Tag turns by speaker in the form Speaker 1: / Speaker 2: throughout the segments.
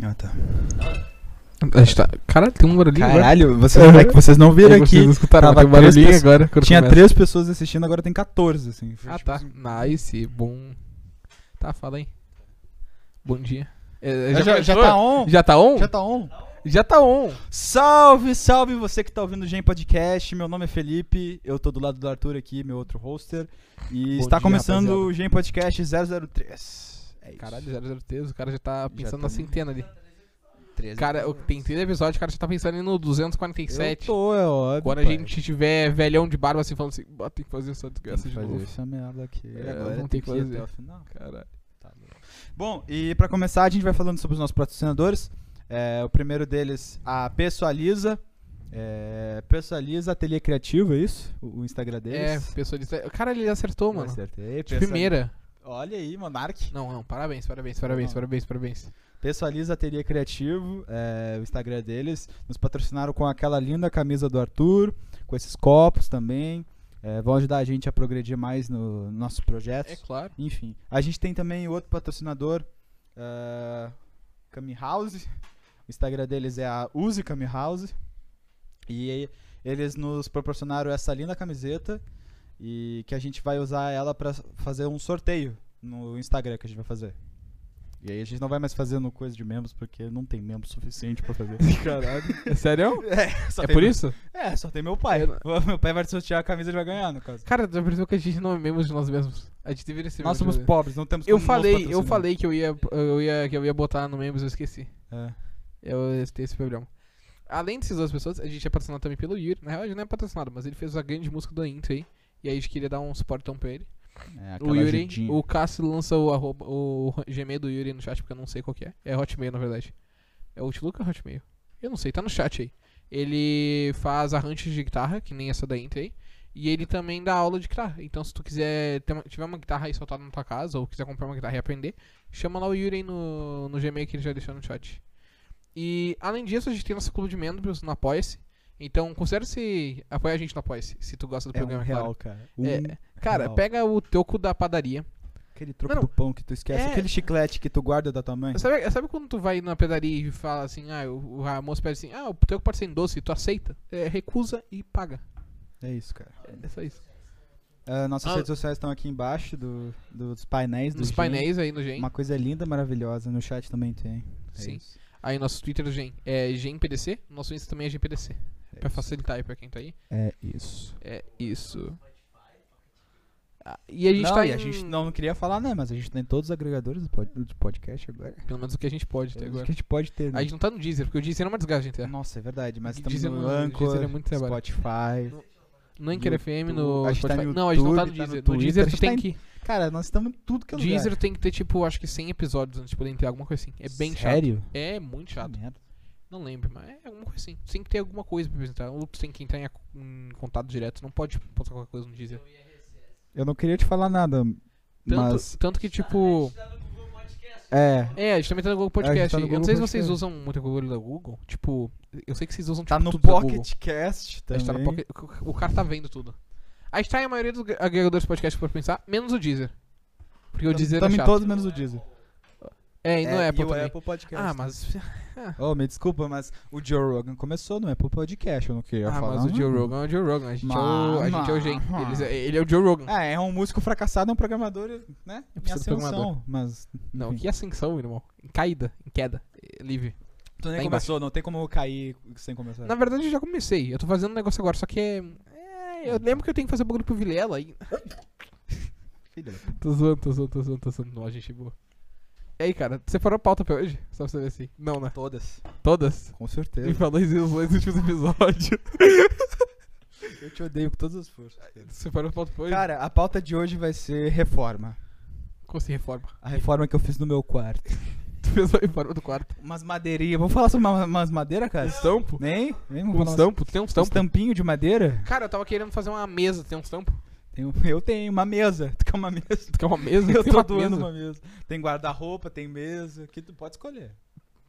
Speaker 1: Ah, tá.
Speaker 2: A gente tá... Caralho, tem um barulhinho agora.
Speaker 1: Caralho, vocês, é que vocês não viram
Speaker 2: É,
Speaker 1: aqui.
Speaker 2: Vocês escutaram,
Speaker 1: tava
Speaker 2: tem um barulhinho
Speaker 1: três
Speaker 2: agora. quando
Speaker 1: Tinha
Speaker 2: começa.
Speaker 1: três pessoas assistindo, agora tem 14, assim. Foi,
Speaker 2: Ah,
Speaker 1: tipo,
Speaker 2: tá.
Speaker 1: assim,
Speaker 2: Nice, bom. Tá, fala aí. Bom dia.
Speaker 1: Ah,
Speaker 2: É,
Speaker 1: Já, já,
Speaker 2: começou?
Speaker 1: tá on?
Speaker 2: Já tá on?
Speaker 1: Já tá on?
Speaker 2: Já tá on.
Speaker 1: Salve, salve você que tá ouvindo o Gen Podcast. Meu nome é Felipe, eu tô do lado do Arthur aqui, meu outro hoster. E
Speaker 2: Bom
Speaker 1: está
Speaker 2: dia,
Speaker 1: começando
Speaker 2: rapaziada.
Speaker 1: o Gen Podcast 003. É isso.
Speaker 2: Caralho, 003, o cara já tá pensando na
Speaker 1: tá-
Speaker 2: centena ali.
Speaker 1: 13.
Speaker 2: Cara, eu- tem 30 episódios, o cara já tá pensando ali no
Speaker 1: eu
Speaker 2: 247.
Speaker 1: tô, é óbvio.
Speaker 2: Quando a
Speaker 1: pai.
Speaker 2: gente tiver velhão de barba assim, falando assim, "Bah, tem que fazer
Speaker 1: Tem
Speaker 2: essa
Speaker 1: que
Speaker 2: desgraça de
Speaker 1: fazer
Speaker 2: novo.
Speaker 1: essa merda aqui.
Speaker 2: É,
Speaker 1: agora tem
Speaker 2: vamos ter
Speaker 1: que
Speaker 2: que
Speaker 1: ir
Speaker 2: fazer.
Speaker 1: até o final.
Speaker 2: Caralho.
Speaker 1: Bom, e pra começar, a gente vai falando sobre os nossos patrocinadores. É, o primeiro deles, a Pessoaliza. É, Pessoaliza Ateliê Criativo, é isso? O, o Instagram
Speaker 2: É,
Speaker 1: deles?
Speaker 2: pessoa de. Cara, ele acertou, mano.
Speaker 1: Acertei.
Speaker 2: De primeira.
Speaker 1: Olha aí, Monark.
Speaker 2: Não, não, parabéns, parabéns, parabéns,
Speaker 1: Não.
Speaker 2: parabéns, parabéns.
Speaker 1: Pessoaliza Ateliê Criativo, é, o Instagram deles. Nos patrocinaram com aquela linda camisa do Arthur, com esses copos também. É, vão ajudar a gente a progredir mais no, nos nossos projetos.
Speaker 2: É claro.
Speaker 1: Enfim, a gente tem também outro patrocinador, eh, Kami House. O Instagram deles é a Use Kami House. E aí, eles nos proporcionaram essa linda camiseta e que a gente vai usar ela para fazer um sorteio no Instagram que a gente vai fazer. E aí a gente não vai mais fazer no coisa de membros porque não tem membro suficiente para fazer.
Speaker 2: Caralho. É sério?
Speaker 1: É, só
Speaker 2: É
Speaker 1: tem
Speaker 2: por
Speaker 1: meu-
Speaker 2: isso?
Speaker 1: É, só tem meu pai. Meu pai vai sortear a camisa e ele vai ganhar, no caso.
Speaker 2: Cara, já percebeu que a gente não é mesmo de nós mesmos? A gente deveria ser
Speaker 1: Nós
Speaker 2: membro
Speaker 1: somos
Speaker 2: de nós mesmos.
Speaker 1: pobres, não temos
Speaker 2: Eu
Speaker 1: como nos
Speaker 2: falei, eu
Speaker 1: patrocinar.
Speaker 2: falei que eu ia, eu ia, que eu ia botar no membros, eu esqueci.
Speaker 1: É.
Speaker 2: Eu tenho esse problema. Além dessas duas pessoas, a gente é patrocinado também pelo Yuri. Na real, ele não é patrocinado, mas ele fez a grande música do Inter aí. E aí a gente queria dar um suportão pra ele.
Speaker 1: É,
Speaker 2: O
Speaker 1: aquela
Speaker 2: Yuri,
Speaker 1: ajudinha.
Speaker 2: o Cássio lança o, arroba, o Gmail do Yuri no chat, porque eu não sei qual que é. É Hotmail, na verdade. É Outlook ou Hotmail? Eu não sei, tá no chat aí. Ele faz arranjos de guitarra, que nem essa da Inter aí. E ele também dá aula de guitarra. Então, se tu quiser, ter uma- tiver uma guitarra aí soltada na tua casa, ou quiser comprar uma guitarra e aprender, chama lá o Yuri aí no, no Gmail que ele já deixou no chat. E, além disso, a gente tem nosso clube de membros no Apoia-se. Então, considere-se apoiar a gente no Apoia-se, se tu gosta do
Speaker 1: É um
Speaker 2: programa, é claro.
Speaker 1: real, cara. Um,
Speaker 2: É, Cara,
Speaker 1: real.
Speaker 2: pega o toco da padaria.
Speaker 1: Aquele troco
Speaker 2: Não,
Speaker 1: do pão que tu esquece.
Speaker 2: é-
Speaker 1: Aquele chiclete que tu guarda da tua mãe.
Speaker 2: Sabe, sabe quando tu vai na pedaria e fala assim, ah, o, o- a moça pede assim, ah, o teu pode ser em doce, tu aceita? É, recusa e paga.
Speaker 1: É isso, cara.
Speaker 2: É só isso.
Speaker 1: Ah, nossas
Speaker 2: Ah.
Speaker 1: redes sociais estão aqui embaixo do- dos painéis. do
Speaker 2: Nos
Speaker 1: Gen.
Speaker 2: painéis aí no Gen.
Speaker 1: Uma coisa linda, maravilhosa. No chat também tem. É
Speaker 2: Sim.
Speaker 1: isso.
Speaker 2: Aí nosso Twitter do Gen é GenPDC, nosso Insta também é GenPDC.
Speaker 1: É
Speaker 2: Pra
Speaker 1: isso.
Speaker 2: facilitar aí pra quem tá aí.
Speaker 1: É isso.
Speaker 2: É isso. Ah, e a gente
Speaker 1: não,
Speaker 2: tá
Speaker 1: e a
Speaker 2: em-
Speaker 1: gente não, não queria falar, né? Mas a gente tem todos os agregadores do, pod- do podcast agora.
Speaker 2: Pelo menos o que a gente pode
Speaker 1: É isso
Speaker 2: até
Speaker 1: que
Speaker 2: agora.
Speaker 1: a gente pode ter, né?
Speaker 2: A gente não tá no Deezer, porque o Deezer é uma desgraça, gente. É.
Speaker 1: Nossa, é verdade. Mas
Speaker 2: Di-
Speaker 1: estamos
Speaker 2: Deezer
Speaker 1: no
Speaker 2: não-
Speaker 1: Anchor,
Speaker 2: Deezer é muito trabalho.
Speaker 1: Spotify.
Speaker 2: No Anchor
Speaker 1: YouTube,
Speaker 2: FM, no
Speaker 1: a gente tá
Speaker 2: Spotify.
Speaker 1: no
Speaker 2: não, a gente não tá no
Speaker 1: YouTube, tá no
Speaker 2: Deezer. no
Speaker 1: Twitter, a
Speaker 2: Deezer tu
Speaker 1: gente
Speaker 2: tem
Speaker 1: tá em
Speaker 2: que...
Speaker 1: Cara, nós estamos em tudo que é lugar.
Speaker 2: Deezer tem que ter, tipo, acho que 100 episódios antes de poder ter alguma coisa assim. É bem chato.
Speaker 1: Sério?
Speaker 2: É muito chato.
Speaker 1: Que merda.
Speaker 2: Não lembro, mas é alguma coisa assim. Tu tem que ter alguma coisa pra apresentar. Ou tu tem que entrar em, ac- em contato direto. Não pode postar qualquer coisa no Deezer.
Speaker 1: Eu não queria te falar nada,
Speaker 2: Tanto,
Speaker 1: mas...
Speaker 2: tanto que, tipo.
Speaker 1: É,
Speaker 2: É, a gente também tá no Google
Speaker 1: É, a gente
Speaker 2: Podcast.
Speaker 1: tá no
Speaker 2: eu não sei se
Speaker 1: Google
Speaker 2: vocês
Speaker 1: Podcast.
Speaker 2: usam muito o Google da Google. Tipo, eu sei que vocês usam tipo,
Speaker 1: Tá no
Speaker 2: tudo da Google.
Speaker 1: Pocket Cast
Speaker 2: A
Speaker 1: também.
Speaker 2: gente tá no Pocket. O cara tá vendo tudo. A gente tá em maioria dos agregadores de podcast pra pensar, menos o Deezer. Porque o Deezer é
Speaker 1: Tamo em
Speaker 2: chato.
Speaker 1: todos menos o Deezer.
Speaker 2: É, e no Apple
Speaker 1: e o
Speaker 2: também.
Speaker 1: Apple Podcast.
Speaker 2: Ah, mas.
Speaker 1: Oh, me desculpa, mas o Joe Rogan começou no Apple Podcast, eu não queria
Speaker 2: Ah,
Speaker 1: falar. né?
Speaker 2: mas o Joe
Speaker 1: não.
Speaker 2: Rogan é o Joe Rogan. A gente, é, o,
Speaker 1: Ma-
Speaker 2: a gente é o Gen.
Speaker 1: ma-
Speaker 2: Eles- ele é o Joe Rogan.
Speaker 1: É, é um músico fracassado, é um programador, né?
Speaker 2: Eu
Speaker 1: Em
Speaker 2: preciso de
Speaker 1: ascensão,
Speaker 2: programador.
Speaker 1: mas...
Speaker 2: Não,
Speaker 1: enfim.
Speaker 2: que ascensão, meu irmão. Em caída, em queda, eh, livre.
Speaker 1: Tu nem
Speaker 2: Tá
Speaker 1: começou, não tem como eu cair sem começar.
Speaker 2: Na verdade, eu já comecei. Eu tô fazendo um negócio agora, só que é. é, eu lembro que eu tenho que fazer bagulho pro Vilela. E...
Speaker 1: Filha da-
Speaker 2: Tô zoando, tô zoando, tô zoando, tô zoando. Não, gente é boa. E aí, cara, você parou a pauta pra hoje? Só pra saber assim. Não, né?
Speaker 1: Todas.
Speaker 2: Todas? Então-
Speaker 1: Com
Speaker 2: Me
Speaker 1: certeza.
Speaker 2: falou isso nos últimos episódios.
Speaker 1: eu te odeio com todas as forças. cara.
Speaker 2: Você parou a pauta pra hoje?
Speaker 1: Cara, a pauta de hoje vai ser reforma.
Speaker 2: Como assim, reforma?
Speaker 1: A reforma que eu fiz no meu quarto.
Speaker 2: Tu fez uma reforma do quarto.
Speaker 1: Umas madeirinhas. Vamos falar sobre uma- umas madeiras, cara?
Speaker 2: É Estampo?
Speaker 1: Nem? Nem
Speaker 2: Um
Speaker 1: vamos falar
Speaker 2: estampo? Tu tem um
Speaker 1: Um
Speaker 2: estampo?
Speaker 1: estampinho de madeira?
Speaker 2: Cara, eu tava querendo fazer uma mesa. Tem um estampo?
Speaker 1: Tem um- eu tenho uma mesa. Tu quer uma mesa?
Speaker 2: Tu quer uma mesa?
Speaker 1: Eu
Speaker 2: Tem
Speaker 1: tô
Speaker 2: uma
Speaker 1: doando
Speaker 2: mesa?
Speaker 1: uma mesa. Tem guarda-roupa, tem mesa, que tu pode escolher.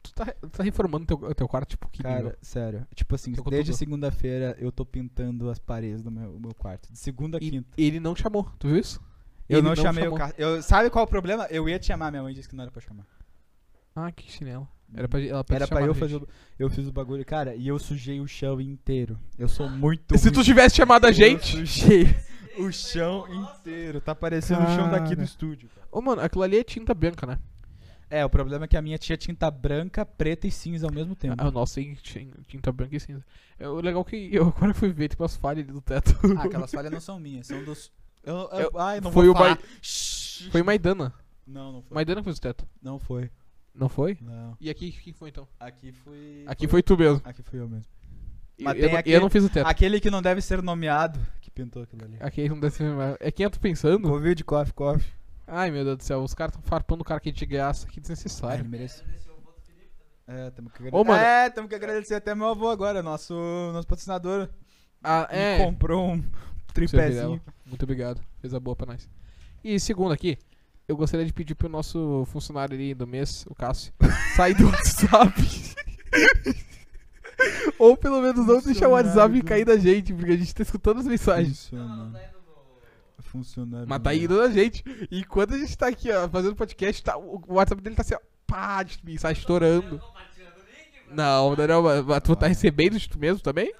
Speaker 2: Tu tá, tu tá reformando teu, teu quarto, tipo, que nível?
Speaker 1: Cara, sério. Tipo assim,
Speaker 2: Tô com
Speaker 1: desde
Speaker 2: tudo.
Speaker 1: segunda-feira eu tô pintando as paredes do meu, meu quarto. De segunda a
Speaker 2: E
Speaker 1: quinta.
Speaker 2: ele não te chamou, tu viu isso?
Speaker 1: Eu
Speaker 2: ele
Speaker 1: não,
Speaker 2: não
Speaker 1: chamei o
Speaker 2: chamou.
Speaker 1: cara. Eu, sabe qual é o problema? Eu ia te chamar, minha mãe disse que não era pra chamar.
Speaker 2: Ah, que chinelo. Era pra, ela
Speaker 1: Era pra eu fazer.
Speaker 2: o.
Speaker 1: o- Eu fiz o bagulho, cara, e eu sujei o chão inteiro. Eu sou muito.
Speaker 2: Se
Speaker 1: ruim.
Speaker 2: tu tivesse chamado a gente.
Speaker 1: Eu sujei o chão inteiro. Tá parecendo o chão daqui do
Speaker 2: Cara.
Speaker 1: estúdio. cara.
Speaker 2: Ô, mano, aquilo ali é tinta branca, né?
Speaker 1: É, o problema é que a minha tinha tinta branca, preta e cinza ao mesmo tempo.
Speaker 2: Ah, o nosso tem tin- tinta branca e cinza. É, o legal é que eu agora fui ver, tipo, as falhas ali do teto.
Speaker 1: Ah, aquelas falhas não são minhas, são dos. Eu, eu,
Speaker 2: Eu-
Speaker 1: ai, não
Speaker 2: foi
Speaker 1: vou
Speaker 2: o
Speaker 1: falar.
Speaker 2: Mai- Foi Maidana.
Speaker 1: Não, não foi.
Speaker 2: Maidana que fez o teto.
Speaker 1: Não foi.
Speaker 2: Não foi?
Speaker 1: Não.
Speaker 2: E aqui, quem foi então?
Speaker 1: Aqui foi.
Speaker 2: Aqui foi tu mesmo.
Speaker 1: Aqui fui eu mesmo.
Speaker 2: E
Speaker 1: Mas
Speaker 2: eu,
Speaker 1: tem
Speaker 2: não-
Speaker 1: aquele-
Speaker 2: eu não fiz o teto.
Speaker 1: Aquele que não deve ser nomeado que pintou aquilo ali.
Speaker 2: Aqui não deve ser mais- É quem eu tô pensando?
Speaker 1: Covid, coffee, coffee.
Speaker 2: Ai, meu Deus do céu, os caras tão farpando o cara que é de graça, que
Speaker 1: Ai,
Speaker 2: desnecessário.
Speaker 1: ele merece. É, temos que agradecer.
Speaker 2: Ô, mano.
Speaker 1: É, temos que agradecer até meu avô agora, nosso, nosso patrocinador.
Speaker 2: Ah,
Speaker 1: que
Speaker 2: é.
Speaker 1: Comprou um tripézinho.
Speaker 2: né? Muito obrigado. Fez a boa pra nós. E segundo aqui, eu gostaria de pedir pro nosso funcionário ali do mês, o Cássio, sair do WhatsApp. Ou pelo menos não deixar o WhatsApp
Speaker 1: Funcionário do-
Speaker 2: cair da gente, porque a gente tá escutando as
Speaker 1: é
Speaker 2: mensagens.
Speaker 1: Funcionário. Funcionário.
Speaker 2: Mas tá indo da gente. E quando a gente tá aqui, ó, fazendo podcast, tá, o o WhatsApp dele tá assim, ó, pá, de mensagem estourando. Não, Daniel, mas- mas tu tá recebendo isso tu mesmo também?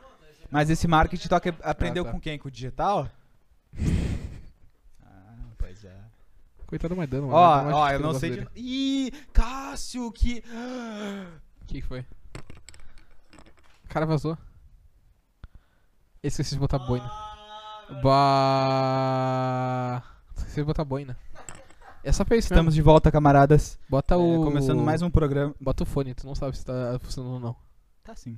Speaker 1: Mas esse marketing tu ac- aprendeu
Speaker 2: Ah, tá.
Speaker 1: com quem? Com o digital? ah, pois é.
Speaker 2: Coitado mais dano,
Speaker 1: Ó, ó, eu não sei de. Ih, Cássio, que.
Speaker 2: O que que foi? O cara vazou. Esqueci de botar boina. Bah. Esqueci de botar boina. É só pra isso
Speaker 1: Estamos de volta, camaradas.
Speaker 2: mesmo. Bota o.
Speaker 1: É, começando mais um programa.
Speaker 2: Bota o fone, tu não sabe se tá funcionando ou não.
Speaker 1: Tá sim.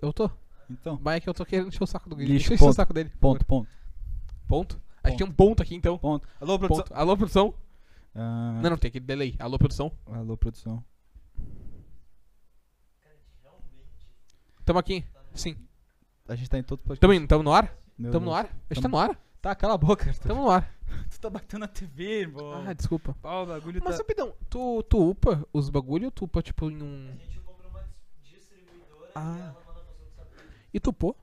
Speaker 2: Eu tô.
Speaker 1: Então,
Speaker 2: Mas é que eu tô querendo encher o saco do Guilherme.
Speaker 1: Lixo,
Speaker 2: Deixa eu encher o
Speaker 1: ponto.
Speaker 2: saco dele. por
Speaker 1: ponto, ponto,
Speaker 2: favor. Ponto? A
Speaker 1: Ponto.
Speaker 2: gente tem um ponto aqui então.
Speaker 1: ponto. Alô, produção.
Speaker 2: Ponto. Alô, produção?
Speaker 1: Ah,
Speaker 2: Não, não, tem aquele delay. Alô, produção?
Speaker 1: Alô, produção.
Speaker 2: Tamo aqui? Sim.
Speaker 1: A gente tá em todo podcast.
Speaker 2: Tamo indo, tamo no ar?
Speaker 1: Meu
Speaker 2: Tamo no
Speaker 1: Deus.
Speaker 2: ar? A gente tá
Speaker 1: Tamo-
Speaker 2: no ar?
Speaker 1: Tá, cala a boca, Arthur.
Speaker 2: Tamo no ar.
Speaker 1: Tu tá batendo na TV, irmão.
Speaker 2: Ah, desculpa.
Speaker 1: Pau, o bagulho
Speaker 2: Mas
Speaker 1: tá.
Speaker 2: rapidão, tu, tu upa os bagulho ou tu upa tipo em um. A gente comprou uma distribuidora ah. e ela mandou E tu upou?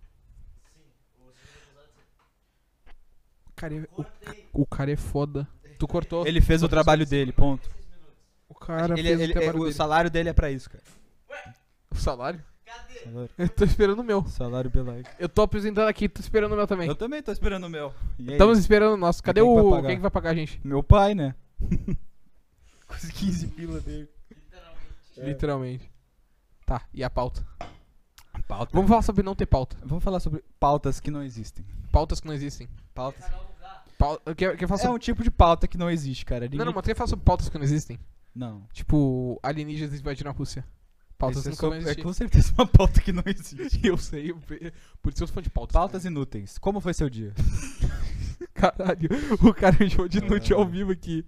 Speaker 2: Cara, eu- o, ca- o cara é foda. Tu cortou.
Speaker 1: Ele fez o trabalho dele, ponto.
Speaker 2: o cara
Speaker 1: Ele-
Speaker 2: fez
Speaker 1: ele-
Speaker 2: o trabalho
Speaker 1: o
Speaker 2: dele.
Speaker 1: salário dele é pra isso, cara.
Speaker 2: O salário?
Speaker 1: Salário,
Speaker 2: Eu tô esperando o meu.
Speaker 1: salário pela.
Speaker 2: Eu tô apresentando aqui, tô esperando o meu também.
Speaker 1: Eu também tô esperando o meu. E é aí?
Speaker 2: Estamos esperando o nosso. Cadê
Speaker 1: Quem que vai
Speaker 2: o.
Speaker 1: pagar?
Speaker 2: Quem que vai pagar a gente?
Speaker 1: Então, Meu pai, né? Com os 15 pila dele. É.
Speaker 2: Literalmente. Tá, e a pauta?
Speaker 1: Pauta.
Speaker 2: Vamos falar sobre não ter pauta.
Speaker 1: Vamos falar sobre pautas que não existem.
Speaker 2: Pautas que não existem.
Speaker 1: Pautas.
Speaker 2: Pau- Quer, quer falar
Speaker 1: É
Speaker 2: sobre...
Speaker 1: um tipo de pauta que não existe, cara.
Speaker 2: Não, não,
Speaker 1: Ninguém-
Speaker 2: mas quer falar sobre pautas que não existem.
Speaker 1: não.
Speaker 2: Tipo, alienígenas invadiram a Rússia. Pautas
Speaker 1: Isso é
Speaker 2: nunca vão
Speaker 1: só-
Speaker 2: existir.
Speaker 1: É com certeza uma pauta que não existe.
Speaker 2: Eu sei, eu- por isso eu sou fã de pautas.
Speaker 1: Pautas inúteis. Como foi seu dia?
Speaker 2: Caralho, o cara me chamou de noite ao
Speaker 1: Caralho.
Speaker 2: vivo aqui.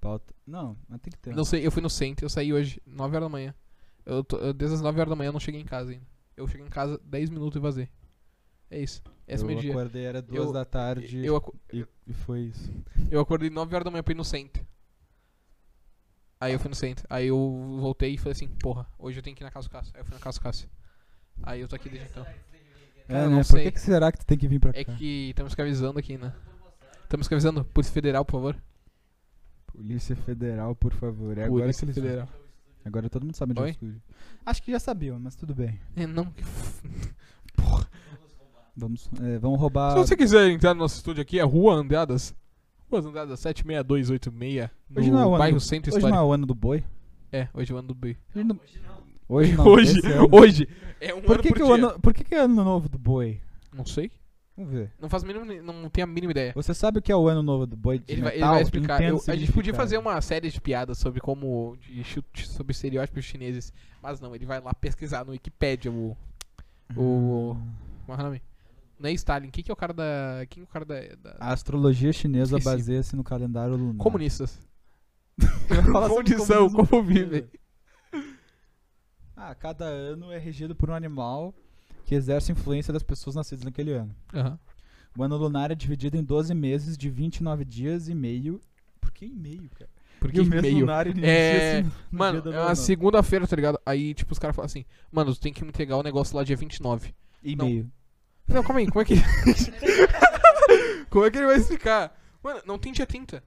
Speaker 1: Pauta. Não, mas tem que ter.
Speaker 2: Não sei, eu fui no centro, eu saí hoje, 9 horas da manhã. Eu tô- eu- desde as 9 horas da manhã eu não cheguei em casa ainda. Eu cheguei em casa 10 minutos e vazei. É isso. Esse é
Speaker 1: eu
Speaker 2: o meu dia.
Speaker 1: acordei, era duas
Speaker 2: Eu-
Speaker 1: da tarde
Speaker 2: Eu, aco-
Speaker 1: e, e foi isso.
Speaker 2: eu acordei 9 horas da manhã pra ir no centro. Aí eu fui no centro. Aí eu voltei e falei assim, porra, hoje eu tenho que ir na casa do Cássio. Aí eu fui na casa do Cássio. Aí eu tô aqui desde então. Cara,
Speaker 1: é,
Speaker 2: eu
Speaker 1: né?
Speaker 2: não
Speaker 1: Por
Speaker 2: sei.
Speaker 1: que, que será que tu tem que vir pra
Speaker 2: É
Speaker 1: cá?
Speaker 2: que estamos escravizando aqui, né? Estamos escravizando. Polícia Federal, por favor.
Speaker 1: Polícia Federal, por favor. É agora que
Speaker 2: Polícia
Speaker 1: eles vão.
Speaker 2: Federal.
Speaker 1: Agora todo mundo sabe onde
Speaker 2: Oi?
Speaker 1: é o estúdio. Acho que já sabiam, mas tudo bem.
Speaker 2: É, não. que f-
Speaker 1: Vamos, é, vamos roubar.
Speaker 2: Ah, Se você quiser entrar no nosso estúdio aqui, é Rua Andradas. Rua Andradas 76286. No
Speaker 1: Hoje não é o ano
Speaker 2: bairro
Speaker 1: do-
Speaker 2: Centro
Speaker 1: Hoje não
Speaker 2: Histórico.
Speaker 1: é o ano do boi?
Speaker 2: É, hoje é o ano do boi.
Speaker 1: Hoje não. Hoje não.
Speaker 2: hoje,
Speaker 1: esse é ano.
Speaker 2: hoje. É um
Speaker 1: Por
Speaker 2: ano
Speaker 1: que,
Speaker 2: por
Speaker 1: que o
Speaker 2: dia.
Speaker 1: ano, por que, que é ano novo do boi?
Speaker 2: Não sei.
Speaker 1: Vamos ver.
Speaker 2: Não faz a mínima, não tenho a mínima ideia.
Speaker 1: Você sabe o que é o ano novo do boi de
Speaker 2: Ele vai, ele
Speaker 1: Natal?
Speaker 2: vai explicar.
Speaker 1: Entenda
Speaker 2: Eu-
Speaker 1: o
Speaker 2: a gente podia
Speaker 1: significado.
Speaker 2: fazer um- uma série de piadas sobre como. de chute- sobre estereótipos chineses. Mas não, ele vai lá pesquisar no Wikipedia o. o Como é o nome? Não é Stalin. Quem que é o cara da. Quem é o cara da. da-
Speaker 1: A astrologia chinesa
Speaker 2: Esqueci.
Speaker 1: baseia-se no calendário lunar.
Speaker 2: Comunistas.
Speaker 1: Fala sobre
Speaker 2: Condição,
Speaker 1: assim, comunismo.
Speaker 2: como vivem.
Speaker 1: Ah, cada ano é regido por um animal que exerce influência das pessoas nascidas naquele ano.
Speaker 2: Aham.
Speaker 1: O ano lunar é dividido em 12 meses de 29 dias e meio. Por que e meio, cara?
Speaker 2: Porque
Speaker 1: e o mês
Speaker 2: meio.
Speaker 1: lunar inicia
Speaker 2: É,
Speaker 1: no dia
Speaker 2: Mano,
Speaker 1: da
Speaker 2: é
Speaker 1: lua
Speaker 2: uma
Speaker 1: nova.
Speaker 2: segunda-feira, tá ligado? Aí, tipo, os caras falam assim, mano, tu tem que me entregar o negócio lá dia 29.
Speaker 1: E
Speaker 2: não.
Speaker 1: meio.
Speaker 2: Não, calma aí, como é que. como é que ele vai explicar? Mano, não tem dia 30.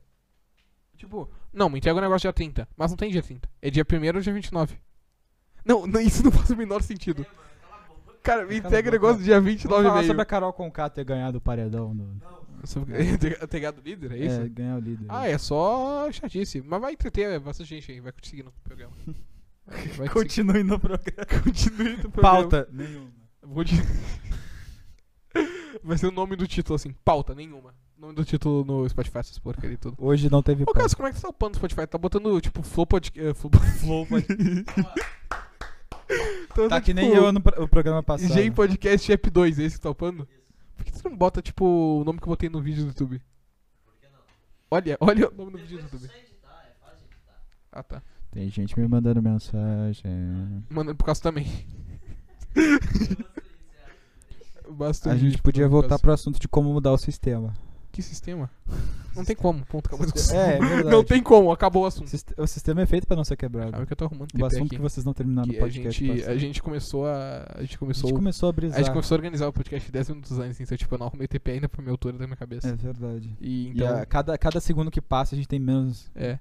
Speaker 2: Tipo, Não, me entrega o negócio dia 30. Mas não tem dia 30. É dia 1 ou dia 29. Não, não, isso não faz o menor sentido. Cara, me
Speaker 1: É, Cala a
Speaker 2: entrega
Speaker 1: boca.
Speaker 2: o negócio dia
Speaker 1: Vamos
Speaker 2: 29 e
Speaker 1: falar
Speaker 2: meio.
Speaker 1: sobre a Carol Conká ter ganhado o paredão. do-
Speaker 2: Sobre- ter- ter ganhado líder, é isso?
Speaker 1: É, ganhar o líder.
Speaker 2: Ah, é só chatice. Mas vai entreter bastante gente aí, vai conseguir no programa. Vai- Vai conseguir-
Speaker 1: Continue no programa.
Speaker 2: continue no programa.
Speaker 1: Pauta. Nenhuma.
Speaker 2: Vou te- Vai ser o nome do título, assim, pauta nenhuma. Nome do título no Spotify, essas porcaria e tudo.
Speaker 1: Hoje não teve
Speaker 2: Ô,
Speaker 1: pauta.
Speaker 2: Cássio, como é que tu tá upando no Spotify? Tá botando, tipo, flow podcast...
Speaker 1: Flow,
Speaker 2: Então,
Speaker 1: Tá que nem
Speaker 2: tipo,
Speaker 1: eu no pro- o programa passado.
Speaker 2: Gen Podcast App 2, é esse que tá upando? Por que tu não bota, tipo, o nome que eu botei no vídeo do YouTube? Olha, olha o nome do vídeo do YouTube. Ah, tá.
Speaker 1: Tem gente me mandando mensagem.
Speaker 2: Manda pro Cássio também. Basta
Speaker 1: A gente podia voltar pro assunto de como mudar o sistema.
Speaker 2: Que sistema? Não tem como, ponto, acabou a discussão.
Speaker 1: É, é verdade.
Speaker 2: Não tem como, acabou o assunto.
Speaker 1: Sist- O sistema é feito pra não ser
Speaker 2: Sabe
Speaker 1: quebrado.
Speaker 2: Ah, que eu tô arrumando
Speaker 1: O
Speaker 2: TP
Speaker 1: assunto
Speaker 2: aqui.
Speaker 1: que vocês não terminaram no
Speaker 2: que a,
Speaker 1: podcast.
Speaker 2: gente,
Speaker 1: passado.
Speaker 2: a gente começou a... A gente
Speaker 1: A
Speaker 2: começou...
Speaker 1: gente começou a brisar.
Speaker 2: a gente começou a organizar o podcast 10 minutos antes, então, tipo, eu não arrumei TP ainda pra minha altura da minha cabeça.
Speaker 1: É verdade.
Speaker 2: E
Speaker 1: E
Speaker 2: então...
Speaker 1: a, cada, cada segundo que passa a gente tem menos.
Speaker 2: É.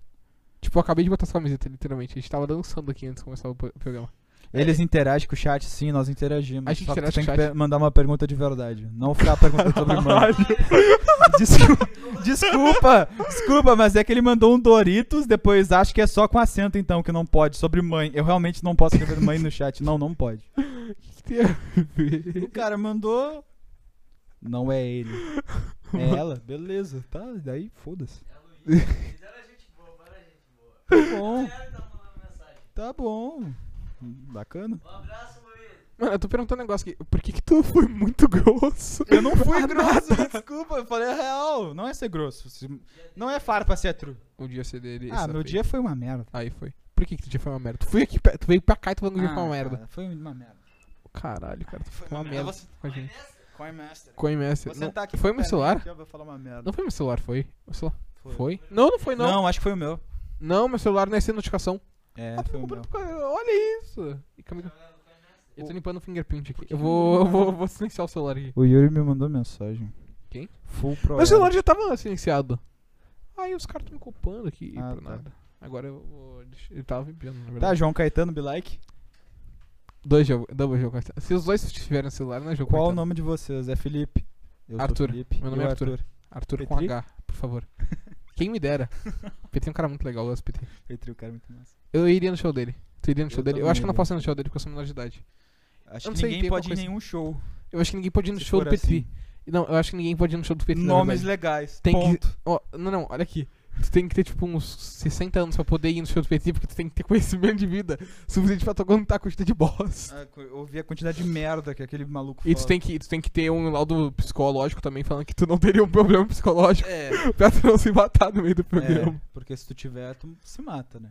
Speaker 2: Tipo, eu acabei de botar essa camiseta, literalmente. A gente tava dançando aqui antes de começar o po- programa. É.
Speaker 1: Eles interagem com o chat, sim, nós interagimos.
Speaker 2: A gente
Speaker 1: Só que tu
Speaker 2: interage
Speaker 1: tem
Speaker 2: com o
Speaker 1: que
Speaker 2: chat.
Speaker 1: pe- mandar uma pergunta de verdade. Não ficar perguntando sobre mano. Desculpa, desculpa, desculpa, mas é que ele mandou um Doritos, depois acho que é só com acento então que não pode, sobre mãe. Eu realmente não posso escrever mãe no chat. Não, não pode.
Speaker 2: O que tem a ver?
Speaker 1: O cara mandou. Não é ele. É ela? Beleza, tá? Daí foda-se. Tá bom. Tá bom. Bacana.
Speaker 2: Mano, eu tô perguntando um negócio aqui. Por que que tu foi muito grosso? Ah,
Speaker 1: Eu não fui grosso, desculpa, eu falei a real. Não é ser grosso. se- Não é farpa ser true.
Speaker 2: O Um dia ser dele.
Speaker 1: Ah,
Speaker 2: essa
Speaker 1: meu
Speaker 2: vez.
Speaker 1: dia foi uma merda.
Speaker 2: Aí foi. Por que que teu dia foi uma merda? Tu, foi aqui, pe- tu veio pra cá e tu falando que o dia foi uma
Speaker 1: Ah,
Speaker 2: merda.
Speaker 1: cara, foi uma merda.
Speaker 2: Caralho, cara. Tu foi uma
Speaker 1: uma merda. tá-
Speaker 2: merda com a gente.
Speaker 1: Coin Master.
Speaker 2: Coin Master.
Speaker 1: Vou
Speaker 2: Não,
Speaker 1: sentar aqui
Speaker 2: foi
Speaker 1: com a
Speaker 2: meu
Speaker 1: perna
Speaker 2: celular?
Speaker 1: aqui, ó, vou falar uma merda.
Speaker 2: Não foi meu celular, foi. Meu celular. Foi? Não, não foi não. Não,
Speaker 1: Não, acho que foi o meu.
Speaker 2: meu celular não é sem notificação.
Speaker 1: É,
Speaker 2: Ah, tu
Speaker 1: foi o
Speaker 2: comprou
Speaker 1: meu.
Speaker 2: por causa- Olha isso. E câmera- Eu tô
Speaker 1: O-
Speaker 2: limpando o fingerprint aqui. Eu vou, eu vou, eu vou silenciar o celular aqui.
Speaker 1: O Yuri me mandou mensagem.
Speaker 2: Quem?
Speaker 1: Full pro.
Speaker 2: Meu celular já tava silenciado. Aí os caras tão me culpando aqui
Speaker 1: Ah,
Speaker 2: por
Speaker 1: tá.
Speaker 2: nada. Agora eu vou. deixa- Ele tava me pedindo, na
Speaker 1: Tá,
Speaker 2: verdade.
Speaker 1: João Caetano, be like.
Speaker 2: Dois jogos. Double jogo. Caetano. Se os dois tiverem celular, não é jogo.
Speaker 1: Qual o
Speaker 2: Caetano.
Speaker 1: nome de vocês? É Felipe. Eu sou
Speaker 2: Arthur.
Speaker 1: Felipe.
Speaker 2: Meu nome
Speaker 1: E o
Speaker 2: é Arthur. Arthur com
Speaker 1: Petri?
Speaker 2: H, por favor. Quem me dera. PT é um cara muito legal, eu gosto do PT.
Speaker 1: Petri, o cara é muito massa.
Speaker 2: Eu iria no show dele. Tu iria no show
Speaker 1: Eu
Speaker 2: dele? Eu
Speaker 1: também
Speaker 2: acho que eu não
Speaker 1: iria.
Speaker 2: posso ir no show dele porque eu sou menor de idade.
Speaker 1: Acho
Speaker 2: Eu não
Speaker 1: que
Speaker 2: sei,
Speaker 1: ninguém
Speaker 2: tem alguma
Speaker 1: pode ir em
Speaker 2: coisa-
Speaker 1: nenhum show.
Speaker 2: Eu acho que ninguém pode ir no
Speaker 1: Se
Speaker 2: show do
Speaker 1: for assim.
Speaker 2: Petri. Não, eu acho que ninguém pode ir no show do Petri. na
Speaker 1: Nomes
Speaker 2: verdade.
Speaker 1: legais.
Speaker 2: Tem que-
Speaker 1: ponto.
Speaker 2: Ó, não, não, olha aqui. Tu tem que ter, tipo, uns 60 anos pra poder ir no show do PT, porque tu tem que ter conhecimento de vida suficiente pra tu aguentar a quantidade de bosta.
Speaker 1: Ah, co- Eu ouvi a quantidade de merda que aquele maluco
Speaker 2: E tu
Speaker 1: fala.
Speaker 2: tem, que, tu tem que ter um laudo psicológico também, falando que tu não teria um problema psicológico
Speaker 1: É.
Speaker 2: pra tu não se matar no meio do programa.
Speaker 1: é. Porque se tu tiver, tu se mata, né?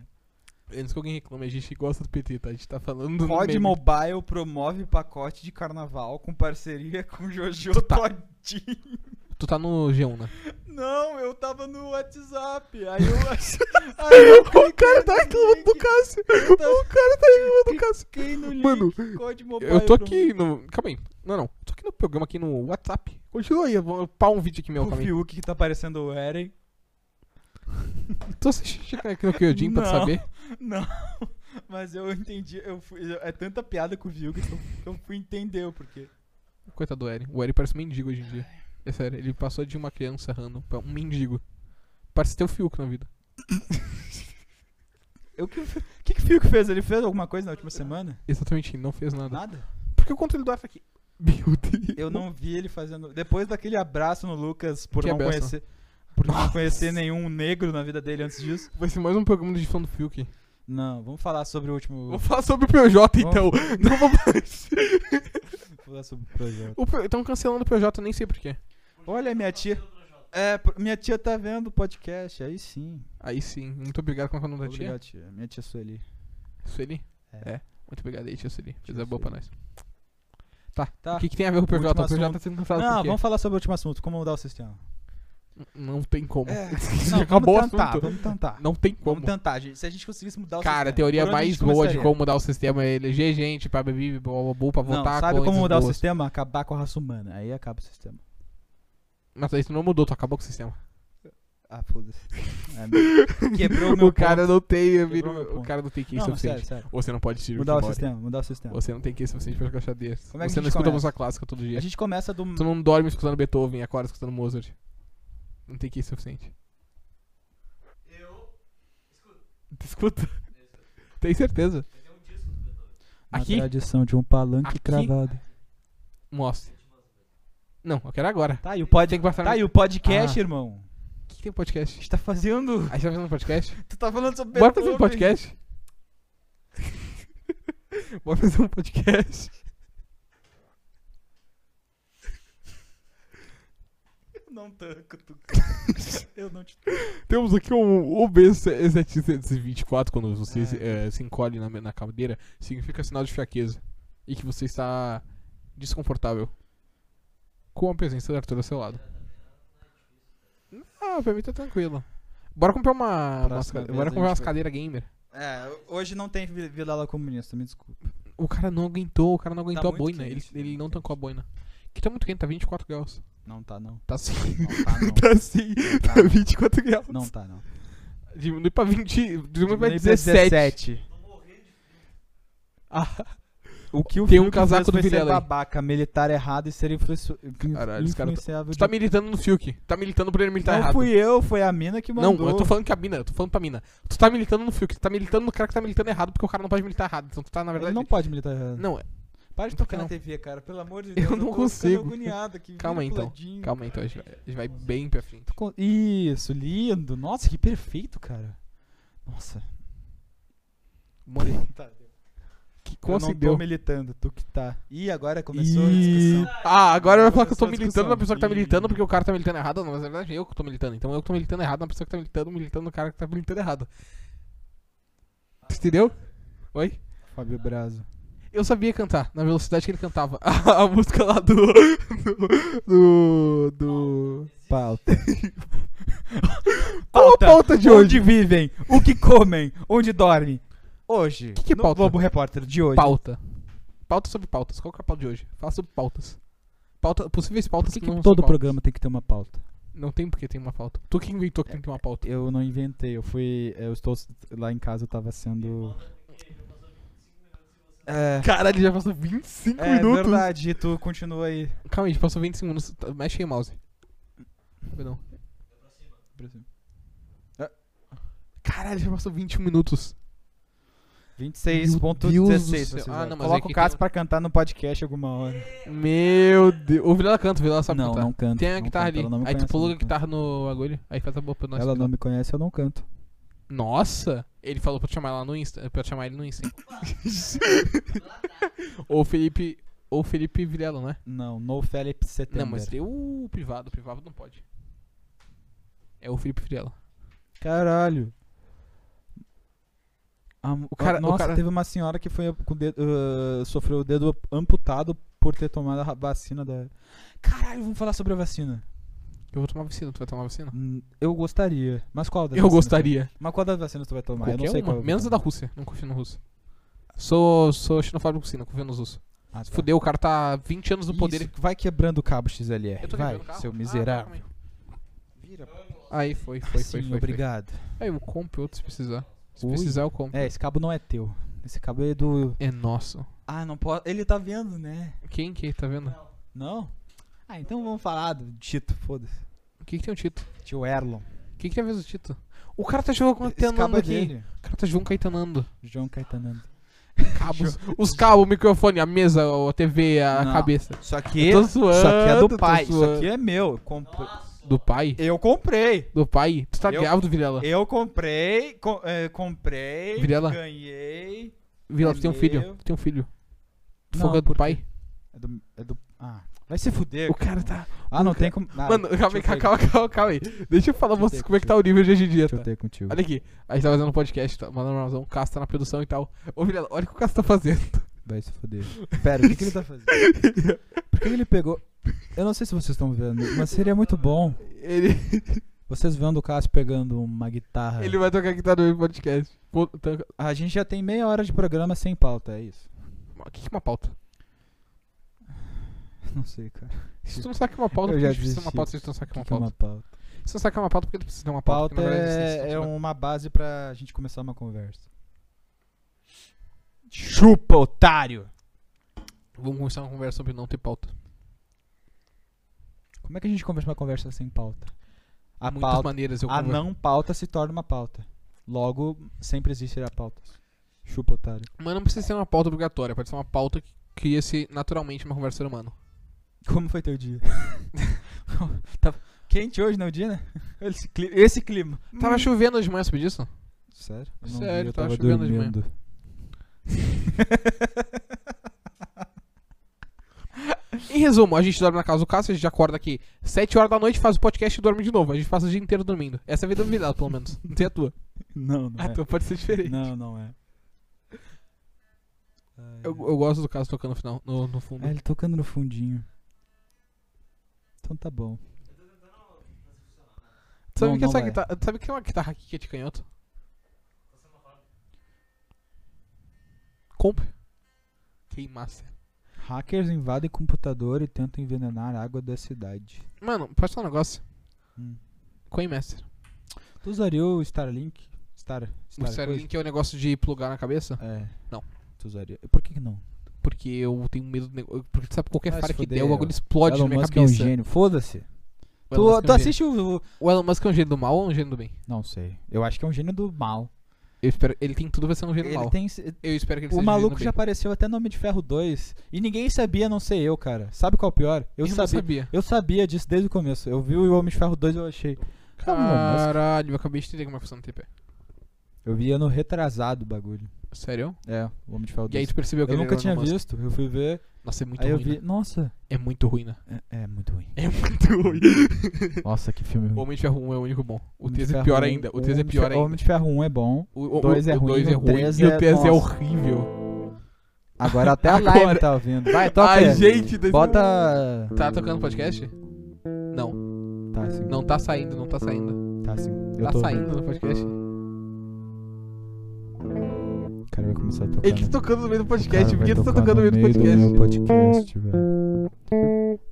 Speaker 2: É. Antes que alguém reclame, a gente gosta do PT, tá? A gente tá falando do
Speaker 1: COD
Speaker 2: meme.
Speaker 1: Mobile promove pacote de carnaval com parceria com Jojo
Speaker 2: Tu tá-
Speaker 1: Todinho.
Speaker 2: Tu tá no G1, né?
Speaker 1: Não, eu tava no WhatsApp. Aí eu. aí eu cliquei
Speaker 2: o cara tá
Speaker 1: no
Speaker 2: reclamando do
Speaker 1: link,
Speaker 2: Cássio!
Speaker 1: eu tava-
Speaker 2: O cara tá reclamando do Cássio!
Speaker 1: cliquei no link,
Speaker 2: Mano,
Speaker 1: COD Mobile.
Speaker 2: Eu tô
Speaker 1: promo-
Speaker 2: aqui no... Calma aí. Não, não. Eu tô aqui no programa, aqui no WhatsApp. Continua aí, eu vou pau um vídeo aqui meu,
Speaker 1: O
Speaker 2: calma aí.
Speaker 1: Fiuk que tá parecendo o Eren.
Speaker 2: Tu assiste aqui no Kyojin pra tu
Speaker 1: Não.
Speaker 2: saber?
Speaker 1: Não, mas eu entendi. Eu fui, é tanta piada com o Fiuk que eu, que eu fui entender o porquê.
Speaker 2: Coitado do Eren. O Eren parece um mendigo hoje em dia. É sério, ele passou de uma criança random pra um mendigo. Parece ter o Fiuk na vida.
Speaker 1: O que, o que que o Fiuk fez? Ele fez alguma coisa na última semana?
Speaker 2: Exatamente, não fez nada.
Speaker 1: Nada?
Speaker 2: Por que o controle do ar tá aqui? Meu Deus.
Speaker 1: Eu não vi ele fazendo. Depois daquele abraço no Lucas por
Speaker 2: Que
Speaker 1: não
Speaker 2: abraço?
Speaker 1: conhecer. Por não conhecer nenhum negro na vida dele antes disso.
Speaker 2: Vai ser mais um programa de fã do Fiuk.
Speaker 1: Não, vamos falar sobre o último.
Speaker 2: Vou falar sobre o PJ então. Não vou mais.
Speaker 1: Vamos falar sobre o projeto.
Speaker 2: Estão cancelando o PJ, nem sei porquê.
Speaker 1: Olha, minha tia. É, por- minha tia tá vendo o podcast, aí sim.
Speaker 2: Aí sim, muito obrigado é com a nome da tia.
Speaker 1: Obrigado, tia. Minha tia Sueli.
Speaker 2: Sueli?
Speaker 1: É.
Speaker 2: É. Muito obrigado aí, tia Sueli. Fez
Speaker 1: Tia
Speaker 2: a boa pra nós. Tá.
Speaker 1: Tá.
Speaker 2: O que, que tem a ver com o PJ?
Speaker 1: Último
Speaker 2: O PJ tá
Speaker 1: assunto.
Speaker 2: sendo cancelado
Speaker 1: Não,
Speaker 2: por quê?
Speaker 1: vamos falar sobre o último assunto, como mudar o sistema. É.
Speaker 2: Não tem como.
Speaker 1: Não,
Speaker 2: Acabou o
Speaker 1: vamos tentar,
Speaker 2: assunto.
Speaker 1: vamos tentar.
Speaker 2: Não tem como.
Speaker 1: Vamos tentar, um gente. Se a gente conseguisse mudar o
Speaker 2: Cara, a
Speaker 1: sistema.
Speaker 2: teoria
Speaker 1: por onde a
Speaker 2: mais
Speaker 1: gente
Speaker 2: boa de
Speaker 1: começaria?
Speaker 2: como mudar o sistema é eleger gente pra beber, blá, blá, blá, pra
Speaker 1: Não,
Speaker 2: votar.
Speaker 1: sabe como
Speaker 2: coisas
Speaker 1: mudar o
Speaker 2: boas.
Speaker 1: sistema? Acabar com a raça humana. Aí acaba o sistema.
Speaker 2: Mas isso não mudou, tu acabou com o sistema.
Speaker 1: Ah, foda-se. É, meu- quebrou o meu
Speaker 2: o cara não tem, amigo,
Speaker 1: Quebrou meu
Speaker 2: o
Speaker 1: ponto.
Speaker 2: cara não tem case
Speaker 1: não, mas
Speaker 2: suficiente.
Speaker 1: sério, sério.
Speaker 2: Você não pode tirar
Speaker 1: Mudar o sistema, mudar o sistema.
Speaker 2: Você não tem case suficiente pra escutar desse.
Speaker 1: Como é que
Speaker 2: Você
Speaker 1: a
Speaker 2: não
Speaker 1: gente
Speaker 2: escuta
Speaker 1: começa?
Speaker 2: música clássica todo dia.
Speaker 1: A gente começa um- do.
Speaker 2: Tu não dorme escutando Beethoven e acorda escutando Mozart. Não tem case suficiente. Eu escuto. Tu escuta? Tem certeza?
Speaker 1: Na
Speaker 2: Aqui?
Speaker 1: tradição de um palanque
Speaker 2: Aqui?
Speaker 1: cravado.
Speaker 2: Mostra. Não, eu quero agora.
Speaker 1: Tá, e o, pod...
Speaker 2: Tem que passar
Speaker 1: tá,
Speaker 2: no-
Speaker 1: e o podcast,
Speaker 2: Ah.
Speaker 1: irmão?
Speaker 2: O que que tem um
Speaker 1: A
Speaker 2: podcast?
Speaker 1: gente tá fazendo.
Speaker 2: A gente tá fazendo um podcast?
Speaker 1: Tu tá falando sobre.
Speaker 2: Bora fazer um
Speaker 1: Beethoven.
Speaker 2: podcast? Bora fazer um podcast?
Speaker 1: Eu não tanco, tu. Eu não te.
Speaker 2: Temos aqui um obeso 724, quando você
Speaker 1: Ah.
Speaker 2: eh, se encolhe na, na cadeira, significa sinal de fraqueza. E que você está desconfortável. Com a presença do Arthur ao seu lado. Ah, pra mim tá tranquilo. Bora comprar uma.
Speaker 1: Próxima
Speaker 2: umas cade-
Speaker 1: vez
Speaker 2: bora
Speaker 1: a
Speaker 2: comprar
Speaker 1: gente
Speaker 2: umas
Speaker 1: vai-
Speaker 2: cadeiras gamer.
Speaker 1: É, hoje não tem vi- vilela comunista, me desculpa.
Speaker 2: O cara não aguentou, o cara não aguentou a
Speaker 1: muito
Speaker 2: boina.
Speaker 1: quente, tá
Speaker 2: ele ele
Speaker 1: muito
Speaker 2: não
Speaker 1: quente.
Speaker 2: tancou a boina. Que tá muito quente, tá 24 graus.
Speaker 1: Não tá, não.
Speaker 2: Tá sim.
Speaker 1: Não tá, não.
Speaker 2: tá sim, tá 24 graus.
Speaker 1: Não tá, não.
Speaker 2: Diminui pra 20. Diminui pra
Speaker 1: Nem
Speaker 2: 17. Ah.
Speaker 1: O que o
Speaker 2: Tem um
Speaker 1: Fiuk fez
Speaker 2: casaco do
Speaker 1: foi ser
Speaker 2: Vilela aí.
Speaker 1: babaca, militar errado e ser influenci... influ-
Speaker 2: Caralho, os cara tá-
Speaker 1: influenciável.
Speaker 2: Tu tá
Speaker 1: de-
Speaker 2: militando no Fiuk. Tá militando pra ele militar
Speaker 1: não
Speaker 2: errado.
Speaker 1: fui eu, foi a mina que
Speaker 2: Não,
Speaker 1: mandou.
Speaker 2: eu tô falando que a mina, eu tô falando pra mina. Tu tá militando no Fiuk, tu tá militando no cara que tá militando errado, porque o cara não pode militar errado. Então tu tá, na
Speaker 1: Ele
Speaker 2: verdade.
Speaker 1: não pode militar errado.
Speaker 2: Não, é-
Speaker 1: Para de
Speaker 2: Por que
Speaker 1: tocar na
Speaker 2: não?
Speaker 1: TV, cara, pelo amor de
Speaker 2: Eu
Speaker 1: Deus.
Speaker 2: não
Speaker 1: tô
Speaker 2: consigo.
Speaker 1: ficando agoniado aqui,
Speaker 2: Calma aí, então.
Speaker 1: vinculadinho.
Speaker 2: calma aí, então. A gente, vai, a gente vai bem pra frente.
Speaker 1: Co- Isso, lindo. Nossa, que perfeito, cara. Nossa.
Speaker 2: Mano,
Speaker 1: Tá, eu
Speaker 2: que como
Speaker 1: não
Speaker 2: assim
Speaker 1: tô
Speaker 2: deu?
Speaker 1: militando, tu que tá. Ih, agora começou a
Speaker 2: E...
Speaker 1: discussão.
Speaker 2: Ah, agora vai falar que eu tô
Speaker 1: Começou a
Speaker 2: militando na
Speaker 1: discussão.
Speaker 2: pessoa que tá
Speaker 1: Ih.
Speaker 2: militando porque o cara tá militando errado. Não, mas na verdade eu que tô militando. Então eu que tô militando errado na pessoa que tá militando, militando no cara que tá militando errado. Tu entendeu? Oi?
Speaker 1: Fábio Brazo.
Speaker 2: Eu sabia cantar, na velocidade que ele cantava. A música lá do. Do. Do. do...
Speaker 1: Pauta.
Speaker 2: Qual a pauta de hoje?
Speaker 1: Onde vivem? O que comem? Onde dormem? Hoje.
Speaker 2: Que que é
Speaker 1: no
Speaker 2: pauta?
Speaker 1: Globo Repórter de hoje.
Speaker 2: Pauta. Pauta sobre pautas. Qual que é a pauta de hoje? Fala sobre pautas. Pauta, possíveis
Speaker 1: Por
Speaker 2: pautas
Speaker 1: que,
Speaker 2: que,
Speaker 1: que
Speaker 2: não são
Speaker 1: todo
Speaker 2: pautas.
Speaker 1: programa tem que ter uma pauta?
Speaker 2: Não tem porque tem uma pauta. Tu que inventou que tem que ter uma pauta.
Speaker 1: Eu não inventei, eu fui. Eu estou lá em casa, eu tava sendo. É.
Speaker 2: Caralho, já passou 25
Speaker 1: É verdade, e tu continua aí.
Speaker 2: Calma aí, já passou 25 minutos. Tá, Mexe aí o mouse. Perdão. Caralho, já passou 21 minutos. Meu Deus do
Speaker 1: 26.16.
Speaker 2: céu.
Speaker 1: vocês
Speaker 2: Ah,
Speaker 1: olham.
Speaker 2: não, mas é
Speaker 1: Coloca
Speaker 2: que
Speaker 1: o Cássio
Speaker 2: tem-
Speaker 1: pra cantar no podcast alguma hora.
Speaker 2: Meu Deus. O Vilela canta, o Vilela sabe
Speaker 1: não,
Speaker 2: cantar.
Speaker 1: não canto.
Speaker 2: Tem a
Speaker 1: não
Speaker 2: guitarra
Speaker 1: canto, ela não me
Speaker 2: ali. Aí tu
Speaker 1: conhece, eu
Speaker 2: pulou a
Speaker 1: não canto.
Speaker 2: guitarra no agulho. Aí canta boa pra nós. então.
Speaker 1: Ela não me conhece, eu não canto.
Speaker 2: Nossa! Ele falou pra eu chamar ela no Insta. Pra eu chamar ele no Insta. ou Felipe. Ou Felipe Vilela, né?
Speaker 1: Não, no Felipe Setembro.
Speaker 2: Não, mas tem o privado. O privado não pode. É o Felipe Vilela.
Speaker 1: Caralho. Ah, o
Speaker 2: cara- o
Speaker 1: nossa,
Speaker 2: cara-
Speaker 1: teve uma senhora que foi com o dedo, ah, sofreu o dedo amputado por ter tomado a vacina da. Caralho, vamos falar sobre a vacina.
Speaker 2: Eu vou tomar vacina. Tu vai tomar vacina?
Speaker 1: Hum, Eu gostaria. Mas qual das
Speaker 2: Ah. Eu
Speaker 1: vacinas?
Speaker 2: gostaria.
Speaker 1: né? Mas qual das vacinas tu vai tomar? eu
Speaker 2: Qualquer
Speaker 1: não sei
Speaker 2: uma.
Speaker 1: qual. eu vou
Speaker 2: Menos a da
Speaker 1: tomar.
Speaker 2: Rússia. Não confio no russo. Sou, sou xenofóbico com China, confio nos russos.
Speaker 1: Ah, tá.
Speaker 2: Fudeu, o cara tá 20 anos no
Speaker 1: Isso,
Speaker 2: poder.
Speaker 1: vai quebrando o cabo XLR.
Speaker 2: Eu tô
Speaker 1: Vai,
Speaker 2: quebrando o carro.
Speaker 1: seu
Speaker 2: Ah,
Speaker 1: miserável.
Speaker 2: calma aí.
Speaker 1: Vira, pô.
Speaker 2: Aí foi, foi, foi,
Speaker 1: Sim,
Speaker 2: foi, foi.
Speaker 1: obrigado.
Speaker 2: Aí eu compro outro se precisar. Se
Speaker 1: Ui.
Speaker 2: precisar, eu compro.
Speaker 1: É, esse cabo não é teu. Esse cabo é do.
Speaker 2: É nosso.
Speaker 1: Ah, não pode. Ele tá vendo, né?
Speaker 2: Quem que tá vendo?
Speaker 1: Não? Ah, então vamos falar do Tito, foda-se.
Speaker 2: O que que tem o Tito?
Speaker 1: Tio Erlon.
Speaker 2: O que que tem a ver o Tito? O cara tá jogando
Speaker 1: Esse cabo
Speaker 2: Caetanando
Speaker 1: é
Speaker 2: aqui.
Speaker 1: dele.
Speaker 2: O cara tá jogando Caetanando.
Speaker 1: João Caetanando.
Speaker 2: Cabos. Os cabos, o microfone, a mesa, a TV, a
Speaker 1: Não.
Speaker 2: cabeça.
Speaker 1: Só que.
Speaker 2: Eu tô zoando,
Speaker 1: isso aqui é do
Speaker 2: tô
Speaker 1: pai. Isso
Speaker 2: zoando.
Speaker 1: aqui é meu. Eu compre-
Speaker 2: Do pai?
Speaker 1: Eu comprei.
Speaker 2: Do pai? Tu tá
Speaker 1: Eu-
Speaker 2: grávido, Virela?
Speaker 1: Eu comprei. com- eh, comprei.
Speaker 2: Virela.
Speaker 1: Ganhei.
Speaker 2: Virela, tu tem um filho.
Speaker 1: é Meu.
Speaker 2: Tu tem um filho. Tu
Speaker 1: Não,
Speaker 2: falou que é do
Speaker 1: por quê?
Speaker 2: pai?
Speaker 1: É do. É do ah, vai se fuder.
Speaker 2: O cara tá...
Speaker 1: Ah, não tem como. Ah,
Speaker 2: Mano,
Speaker 1: deixa
Speaker 2: calma aí,
Speaker 1: eu ter-
Speaker 2: calma, calma, calma aí. Deixa eu falar
Speaker 1: Deixa eu
Speaker 2: vocês
Speaker 1: ter
Speaker 2: como é que tá o nível de hoje em dia,
Speaker 1: Deixa
Speaker 2: tá?
Speaker 1: eu ter contigo.
Speaker 2: Olha aqui, a gente tá fazendo um podcast, tá mandando uma razão, o Cássio tá na produção e tal. Ô, Vilela, olha o que o Cássio tá fazendo.
Speaker 1: Vai se fuder. Pera, o que, que ele tá fazendo? Por que ele pegou. Eu não sei se vocês estão vendo, mas seria muito bom
Speaker 2: Ele,
Speaker 1: vocês vendo o Cássio pegando uma guitarra.
Speaker 2: ele vai tocar guitarra no meu podcast. Pô, tá-
Speaker 1: A gente já tem meia hora de programa sem pauta, é isso?
Speaker 2: O que que é uma pauta?
Speaker 1: Não sei, cara.
Speaker 2: Se tu não sabe o que é uma pauta,
Speaker 1: Eu
Speaker 2: por que
Speaker 1: já
Speaker 2: difícil ser uma
Speaker 1: desisti.
Speaker 2: pauta se tu não sabe o
Speaker 1: O
Speaker 2: que é
Speaker 1: que,
Speaker 2: uma
Speaker 1: que é
Speaker 2: pauta?
Speaker 1: uma pauta?
Speaker 2: Você não sabe que é uma pauta porque tu precisa ter uma pauta.
Speaker 1: Pauta
Speaker 2: porque, na verdade, isso não
Speaker 1: é, é
Speaker 2: funciona.
Speaker 1: uma base pra gente começar uma conversa. Chupa, otário! um-
Speaker 2: Vamos começar uma conversa sobre não ter pauta.
Speaker 1: Como é que a gente começa uma conversa sem pauta? A
Speaker 2: Muitas
Speaker 1: pauta,
Speaker 2: maneiras eu
Speaker 1: a
Speaker 2: conver-
Speaker 1: não pauta se torna uma pauta. Logo, sempre existirá pauta. Chupa, otário.
Speaker 2: Mas não precisa ser uma pauta obrigatória, pode ser uma pauta que cria-se naturalmente uma conversa humana.
Speaker 1: Como foi teu dia? Tava quente hoje, não, dia, né? Esse cli- esse clima.
Speaker 2: Tava chovendo hoje de manhã, sabe disso?
Speaker 1: Sério?
Speaker 2: Eu Hum. não vi, Sério, eu tava tava chovendo de manhã. Em resumo, a gente dorme na casa do Cássio, a gente acorda aqui 7 horas da noite, faz o podcast e dorme de novo. A gente passa o dia inteiro dormindo. Essa é a vida vida, pelo menos. Não tem a tua.
Speaker 1: Não, não
Speaker 2: A
Speaker 1: é.
Speaker 2: tua pode ser diferente.
Speaker 1: Não, não é.
Speaker 2: Eu, eu gosto do Cássio tocando no final, no, no fundo.
Speaker 1: Ah, ele tocando no fundinho. Então tá bom.
Speaker 2: Tu sabe,
Speaker 1: não,
Speaker 2: que tá-
Speaker 1: não é.
Speaker 2: essa
Speaker 1: vai.
Speaker 2: guitarra, tu sabe que tem uma guitarra aqui que é de canhoto? Comp. Queimasse.
Speaker 1: Hackers invadem computador e tentam envenenar a água da cidade.
Speaker 2: Mano, posso falar um negócio? Coinmaster.
Speaker 1: Tu usaria o Starlink? Star,
Speaker 2: O
Speaker 1: Star
Speaker 2: Starlink é o negócio de plugar na cabeça?
Speaker 1: coisa? É.
Speaker 2: Não.
Speaker 1: Tu usaria. Por que, que não?
Speaker 2: Porque eu tenho medo do negócio. Porque tu sabe qualquer
Speaker 1: Vai se
Speaker 2: falha que
Speaker 1: fuder,
Speaker 2: der, o bagulho explode na
Speaker 1: Elon
Speaker 2: minha
Speaker 1: Musk é um
Speaker 2: cabeça.
Speaker 1: gênio. Foda-se.
Speaker 2: O Elon
Speaker 1: Tu,
Speaker 2: Musk
Speaker 1: tu
Speaker 2: é um gênio.
Speaker 1: assiste o, o-
Speaker 2: O Elon Musk é um gênio do mal ou um gênio do bem?
Speaker 1: Não sei. Eu acho que é um gênio do mal.
Speaker 2: Eu espero, ele tem tudo pra ser um gênio do
Speaker 1: Ele
Speaker 2: mal.
Speaker 1: tem,
Speaker 2: Eu espero que ele
Speaker 1: o
Speaker 2: seja um
Speaker 1: maluco já tá-
Speaker 2: gênio do bem.
Speaker 1: apareceu até no Homem de Ferro 2. E ninguém sabia, a não ser eu, cara. Sabe qual é o pior? Eu,
Speaker 2: não
Speaker 1: sabia. Eu sabia disso desde o começo. Eu vi o Homem de Ferro 2 e eu achei. Elon Musk.
Speaker 2: Caralho, eu acabei de entender como é que funciona o TP.
Speaker 1: Eu via no retrasado o bagulho.
Speaker 2: Sério?
Speaker 1: É, o Homem de Ferro
Speaker 2: E aí
Speaker 1: 2.
Speaker 2: tu percebeu que
Speaker 1: eu
Speaker 2: ele
Speaker 1: nunca
Speaker 2: era o
Speaker 1: tinha
Speaker 2: Elon Musk.
Speaker 1: visto, eu fui ver.
Speaker 2: Nossa, é muito
Speaker 1: aí eu
Speaker 2: ruim.
Speaker 1: vi,
Speaker 2: né?
Speaker 1: nossa.
Speaker 2: É muito ruim, né?
Speaker 1: É, é muito ruim.
Speaker 2: É muito ruim.
Speaker 1: Nossa, que filme
Speaker 2: O
Speaker 1: ruim.
Speaker 2: Homem de Ferro 1 é o único bom. O
Speaker 1: Homem de
Speaker 2: 3 é
Speaker 1: Ferro
Speaker 2: pior
Speaker 1: um-
Speaker 2: ainda. O 3 é
Speaker 1: Homem de
Speaker 2: pior
Speaker 1: Ferro- O Homem
Speaker 2: ainda.
Speaker 1: de Ferro 1 é bom.
Speaker 2: O
Speaker 1: dois é
Speaker 2: o
Speaker 1: ruim,
Speaker 2: dois é
Speaker 1: o
Speaker 2: ruim
Speaker 1: três
Speaker 2: e o
Speaker 1: é-
Speaker 2: 3 é
Speaker 1: nossa.
Speaker 2: horrível.
Speaker 1: Agora até a
Speaker 2: Agora.
Speaker 1: live tá ouvindo. Vai, toca.
Speaker 2: Ai,
Speaker 1: aí.
Speaker 2: gente, desse-
Speaker 1: Bota.
Speaker 2: Tá tocando podcast? Não,
Speaker 1: Tá sim.
Speaker 2: não tá saindo, não tá saindo.
Speaker 1: Tá sim. Eu
Speaker 2: tá
Speaker 1: tô...
Speaker 2: saindo no podcast.
Speaker 1: O cara vai começar a tocar.
Speaker 2: Ele
Speaker 1: né?
Speaker 2: tá tocando no meio do
Speaker 1: O cara
Speaker 2: podcast. Por
Speaker 1: vai
Speaker 2: que tu tá
Speaker 1: tocar
Speaker 2: tocando no meio do
Speaker 1: meu
Speaker 2: podcast?
Speaker 1: podcast, velho.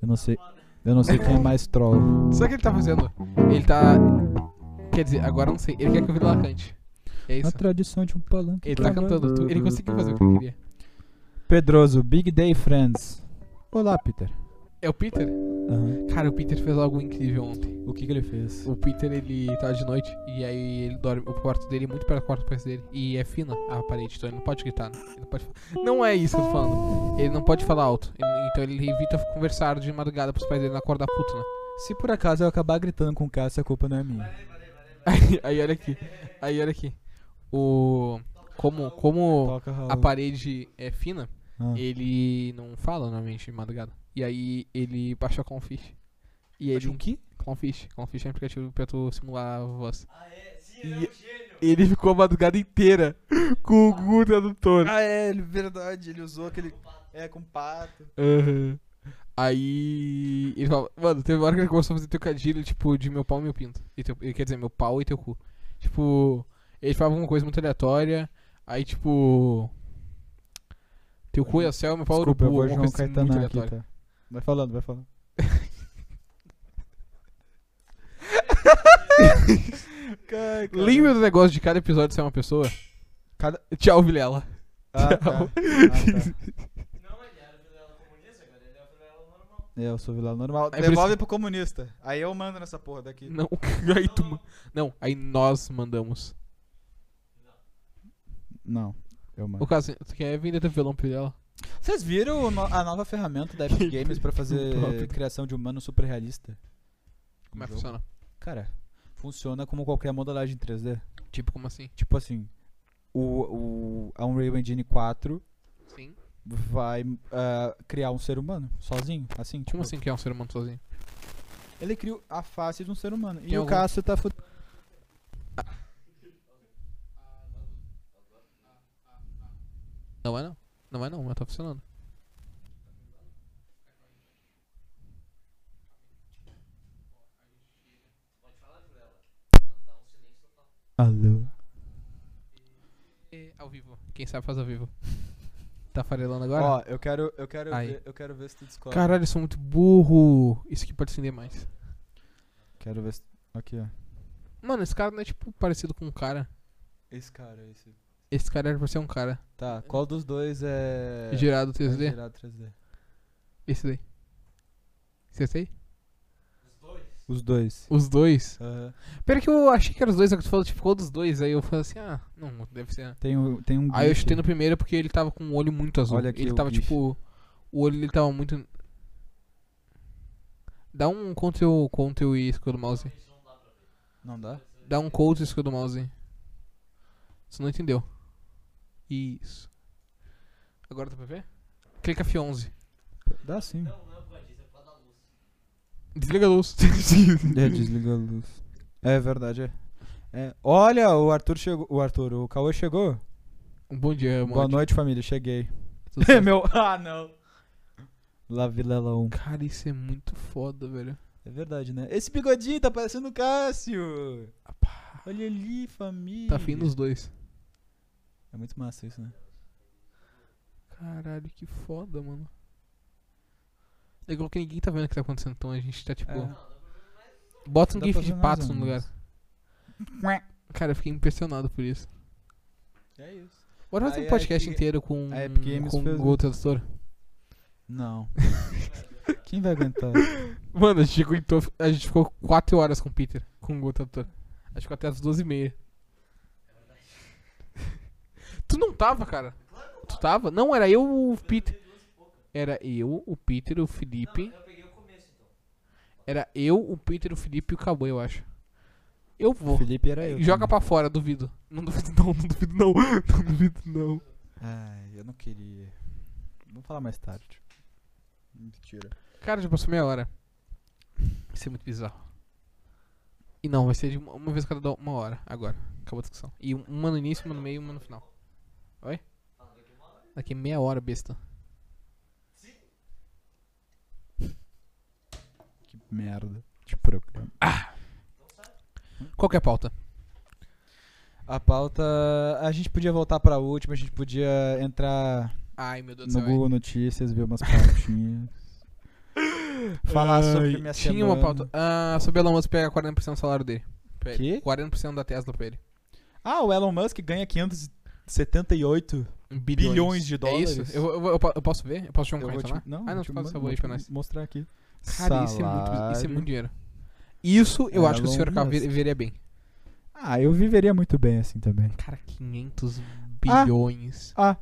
Speaker 1: Eu não sei. Eu não sei quem é mais troll.
Speaker 2: Sabe o que ele tá fazendo? Ele tá. Quer dizer, agora eu não sei. Ele quer que eu vire lá cante. É
Speaker 1: Na
Speaker 2: isso.
Speaker 1: tradição de um palanque.
Speaker 2: Ele tá
Speaker 1: travado.
Speaker 2: cantando. tu- Ele conseguiu fazer o que ele queria.
Speaker 1: Pedroso, Big Day Friends. Olá, Peter.
Speaker 2: É o Peter? Cara, o Peter fez algo incrível ontem.
Speaker 1: O que, que ele fez?
Speaker 2: O Peter, ele tá de noite e aí ele dorme. O quarto dele é muito perto do quarto do pai dele. E é fina a parede, então ele não pode gritar, né? Ele não pode fa- Não é isso que eu tô falando. Ele não pode falar alto. Ele- então ele evita conversar de madrugada pros pais dele não acordar puto, né?
Speaker 1: Se por acaso eu acabar gritando com o Cássio, a culpa não é minha.
Speaker 2: Aí, aí olha aqui. Aí olha aqui. O. Como. Como
Speaker 1: Toca, Raul.
Speaker 2: a parede é fina,
Speaker 1: Ah.
Speaker 2: ele não fala normalmente de madrugada. E aí ele baixa Clownfish. E ele.
Speaker 1: um quê?
Speaker 2: Clownfish. Clownfish é um aplicativo pra tu simular a voz. Ah, é? Sim, ele Ele ficou a madrugada inteira com o Google Tradutor.
Speaker 1: Ah, é, ele- verdade. Ele usou aquele. É, com pato.
Speaker 2: Aham. Aí. Ele fala, mano, teve uma hora que ele começou a fazer trocadilho, tipo, de meu pau e meu pinto. E teu- quer dizer, meu pau e teu cu. Tipo, ele falava alguma coisa muito aleatória. Aí, tipo. Teu cu é o céu, meu pau é o
Speaker 1: Desculpa, eu
Speaker 2: urubu.
Speaker 1: vou
Speaker 2: Alguma
Speaker 1: João
Speaker 2: coisa assim, muito
Speaker 1: Caetano aqui,
Speaker 2: aleatória.
Speaker 1: tá? Vai falando, vai falando. Cai, cara.
Speaker 2: Lembra do negócio de cada episódio ser uma pessoa?
Speaker 1: Cada-
Speaker 2: Tchau, Vilela.
Speaker 1: Ah, tá.
Speaker 2: Tchau.
Speaker 1: Ah, tá. É, eu sou vilão normal.
Speaker 2: É por
Speaker 1: Devolve pro comunista. Aí eu mando nessa porra daqui.
Speaker 2: Não, aí tu. ma- Não, aí nós mandamos.
Speaker 1: Não, eu mando.
Speaker 2: O caso, tu quer vender teu violão pra Vilela?
Speaker 1: Vocês viram o no- a nova ferramenta da Epic Games pra fazer
Speaker 2: Muito rápido.
Speaker 1: criação de humano super realista?
Speaker 2: Como é que
Speaker 1: Um jogo.
Speaker 2: funciona?
Speaker 1: Cara, funciona como qualquer modelagem 3D.
Speaker 2: Tipo, como assim?
Speaker 1: Tipo assim, o, o, a Unreal Engine 4
Speaker 2: Sim.
Speaker 1: vai ah, criar um ser humano sozinho, assim. tipo,
Speaker 2: Como assim que é um ser humano sozinho?
Speaker 1: Ele cria a face de um ser humano.
Speaker 2: Tem
Speaker 1: e o
Speaker 2: algum-
Speaker 1: Cássio tá fut...
Speaker 2: Não é não. Não é não, mas tá funcionando.
Speaker 1: Alô?
Speaker 2: É, ao vivo. Quem sabe faz ao vivo. Tá farelando agora?
Speaker 1: Ó, eu quero, eu quero,
Speaker 2: Aí.
Speaker 1: ver, eu quero ver se tu descobre.
Speaker 2: Caralho, eu sou muito burro. Isso aqui pode acender mais.
Speaker 1: Quero ver se... Aqui, ó.
Speaker 2: Mano, esse cara não é tipo parecido com um cara.
Speaker 1: Esse cara, esse.
Speaker 2: Esse cara era pra ser um cara.
Speaker 1: Tá, qual dos dois é.
Speaker 2: girado
Speaker 1: é
Speaker 2: 3D?
Speaker 1: girado 3D?
Speaker 2: Esse daí. Esse daí?
Speaker 1: Os dois.
Speaker 2: Os dois.
Speaker 1: Aham.
Speaker 2: Pera que eu achei que eram os dois, só que tu falou, tipo, qual dos dois? Aí eu falei assim, ah, não, deve ser.
Speaker 1: Tem, um- tem um.
Speaker 2: Aí eu
Speaker 1: GIF.
Speaker 2: chutei no primeiro porque ele tava com o olho muito azul.
Speaker 1: Olha aqui
Speaker 2: ele
Speaker 1: o
Speaker 2: tava
Speaker 1: GIF.
Speaker 2: tipo. O olho dele tava muito. Dá um Ctrl, Ctrl e escudo mouse.
Speaker 1: Não dá?
Speaker 2: Dá um Ctrl e escudo mouse. Você não entendeu. Isso. Agora dá pra ver? Clica F11.
Speaker 1: Dá sim.
Speaker 2: Desliga a luz.
Speaker 1: É, desliga a luz. É verdade, é. É, Olha, o Arthur chegou. O Arthur, o Cauê chegou.
Speaker 2: Bom dia,
Speaker 1: Boa
Speaker 2: mano.
Speaker 1: noite, família. Cheguei.
Speaker 2: Tudo certo?
Speaker 1: Meu. Ah, não. Lá Vilela 1.
Speaker 2: Cara, isso é muito foda, velho.
Speaker 1: É verdade, né? Esse bigodinho tá parecendo o Cássio. Olha ali, família.
Speaker 2: Tá fim nos dois.
Speaker 1: É muito massa isso, né?
Speaker 2: Caralho, que foda, mano. É igual que ninguém tá vendo o que tá acontecendo, então a gente tá
Speaker 1: É.
Speaker 2: tipo. Bota um
Speaker 1: Dá
Speaker 2: GIF
Speaker 1: pra
Speaker 2: de
Speaker 1: ver mais
Speaker 2: patos
Speaker 1: ou
Speaker 2: no lugar.
Speaker 1: menos.
Speaker 2: Cara, eu fiquei impressionado por isso.
Speaker 1: É, é isso.
Speaker 2: Bora fazer
Speaker 1: Aí
Speaker 2: um
Speaker 1: a
Speaker 2: podcast
Speaker 1: Epic-
Speaker 2: inteiro com
Speaker 1: a Epic Games
Speaker 2: com o
Speaker 1: é fez-
Speaker 2: Google Tradutor.
Speaker 1: Não. Quem vai aguentar?
Speaker 2: Mano, a gente, aguentou, a gente ficou 4 horas com o Peter, com o Google Tradutor. Acho que ficou até as 12h30. tu não tava, cara? Tu tava? Não, era eu, o Peter. Era eu, o Peter, o Felipe. Era eu, o Peter, o Felipe e o Cabo, eu acho. Eu vou.
Speaker 1: Felipe era eu.
Speaker 2: Joga
Speaker 1: também.
Speaker 2: pra fora, duvido. Não duvido não, não duvido não. Não duvido não.
Speaker 1: Ai, eu não queria. Vamos falar mais tarde. Mentira.
Speaker 2: Cara, já passou meia hora. Vai ser muito bizarro. E não, vai ser de uma, uma vez cada do- uma hora agora. Acabou a discussão. E um- uma no início, uma no meio e uma no final. Oi? Daqui meia hora, besta.
Speaker 1: Que merda de programa.
Speaker 2: Qual que é a pauta?
Speaker 1: A pauta. A gente podia voltar pra última, a gente podia entrar
Speaker 2: Ai, meu Deus do
Speaker 1: no
Speaker 2: céu.
Speaker 1: Google Notícias, ver umas pautinhas. falar Ah, sobre minha
Speaker 2: Tinha
Speaker 1: semana.
Speaker 2: uma pauta. Ah, sobre Elon Musk pegar 40% do salário dele. Pra ele.
Speaker 1: Quê?
Speaker 2: 40% da Tesla pra ele.
Speaker 1: Ah, o Elon Musk ganha 578
Speaker 2: Bilhões,
Speaker 1: Bilhões de
Speaker 2: É
Speaker 1: dólares?
Speaker 2: isso? Eu, eu, eu, po- eu posso ver? Eu posso jogar um
Speaker 1: vou
Speaker 2: comentário lá?
Speaker 1: te, não,
Speaker 2: ah, não,
Speaker 1: vou te
Speaker 2: fala
Speaker 1: ma-
Speaker 2: essa
Speaker 1: vou
Speaker 2: aí
Speaker 1: te
Speaker 2: pra nós.
Speaker 1: mostrar aqui.
Speaker 2: Cara, isso é, muito, isso é
Speaker 1: Salário.
Speaker 2: muito dinheiro. Isso eu acho que o
Speaker 1: Elon
Speaker 2: senhor K
Speaker 1: Musk.
Speaker 2: veria bem.
Speaker 1: Ah, eu viveria muito bem assim também.
Speaker 2: Cara, 500
Speaker 1: Ah.
Speaker 2: bilhões.
Speaker 1: Ah.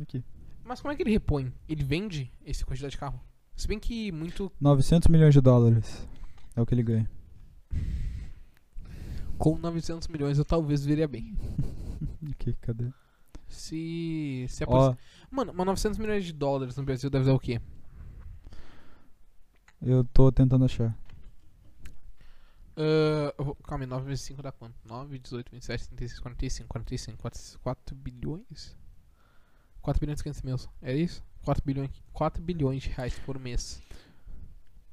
Speaker 1: Aqui.
Speaker 2: Mas como é que ele repõe? Ele vende esse quantidade de carro? Se bem que muito
Speaker 1: 900 milhões de dólares. É o que ele ganha.
Speaker 2: com 900 milhões eu talvez veria bem.
Speaker 1: Aqui, cadê?
Speaker 2: Se. se a
Speaker 1: Ó,
Speaker 2: possi- Mano, mas 900 milhões de dólares no Brasil deve dar o quê?
Speaker 1: eu tô tentando achar.
Speaker 2: Ah, eu vou- calma aí, 9 vezes 5 dá quanto? 9, 18, 27, 36, 45, 45, 4, 4 bilhões? 4 bilhões e 500 mil, é isso? 4 bilhões, 4 bilhões de reais por mês.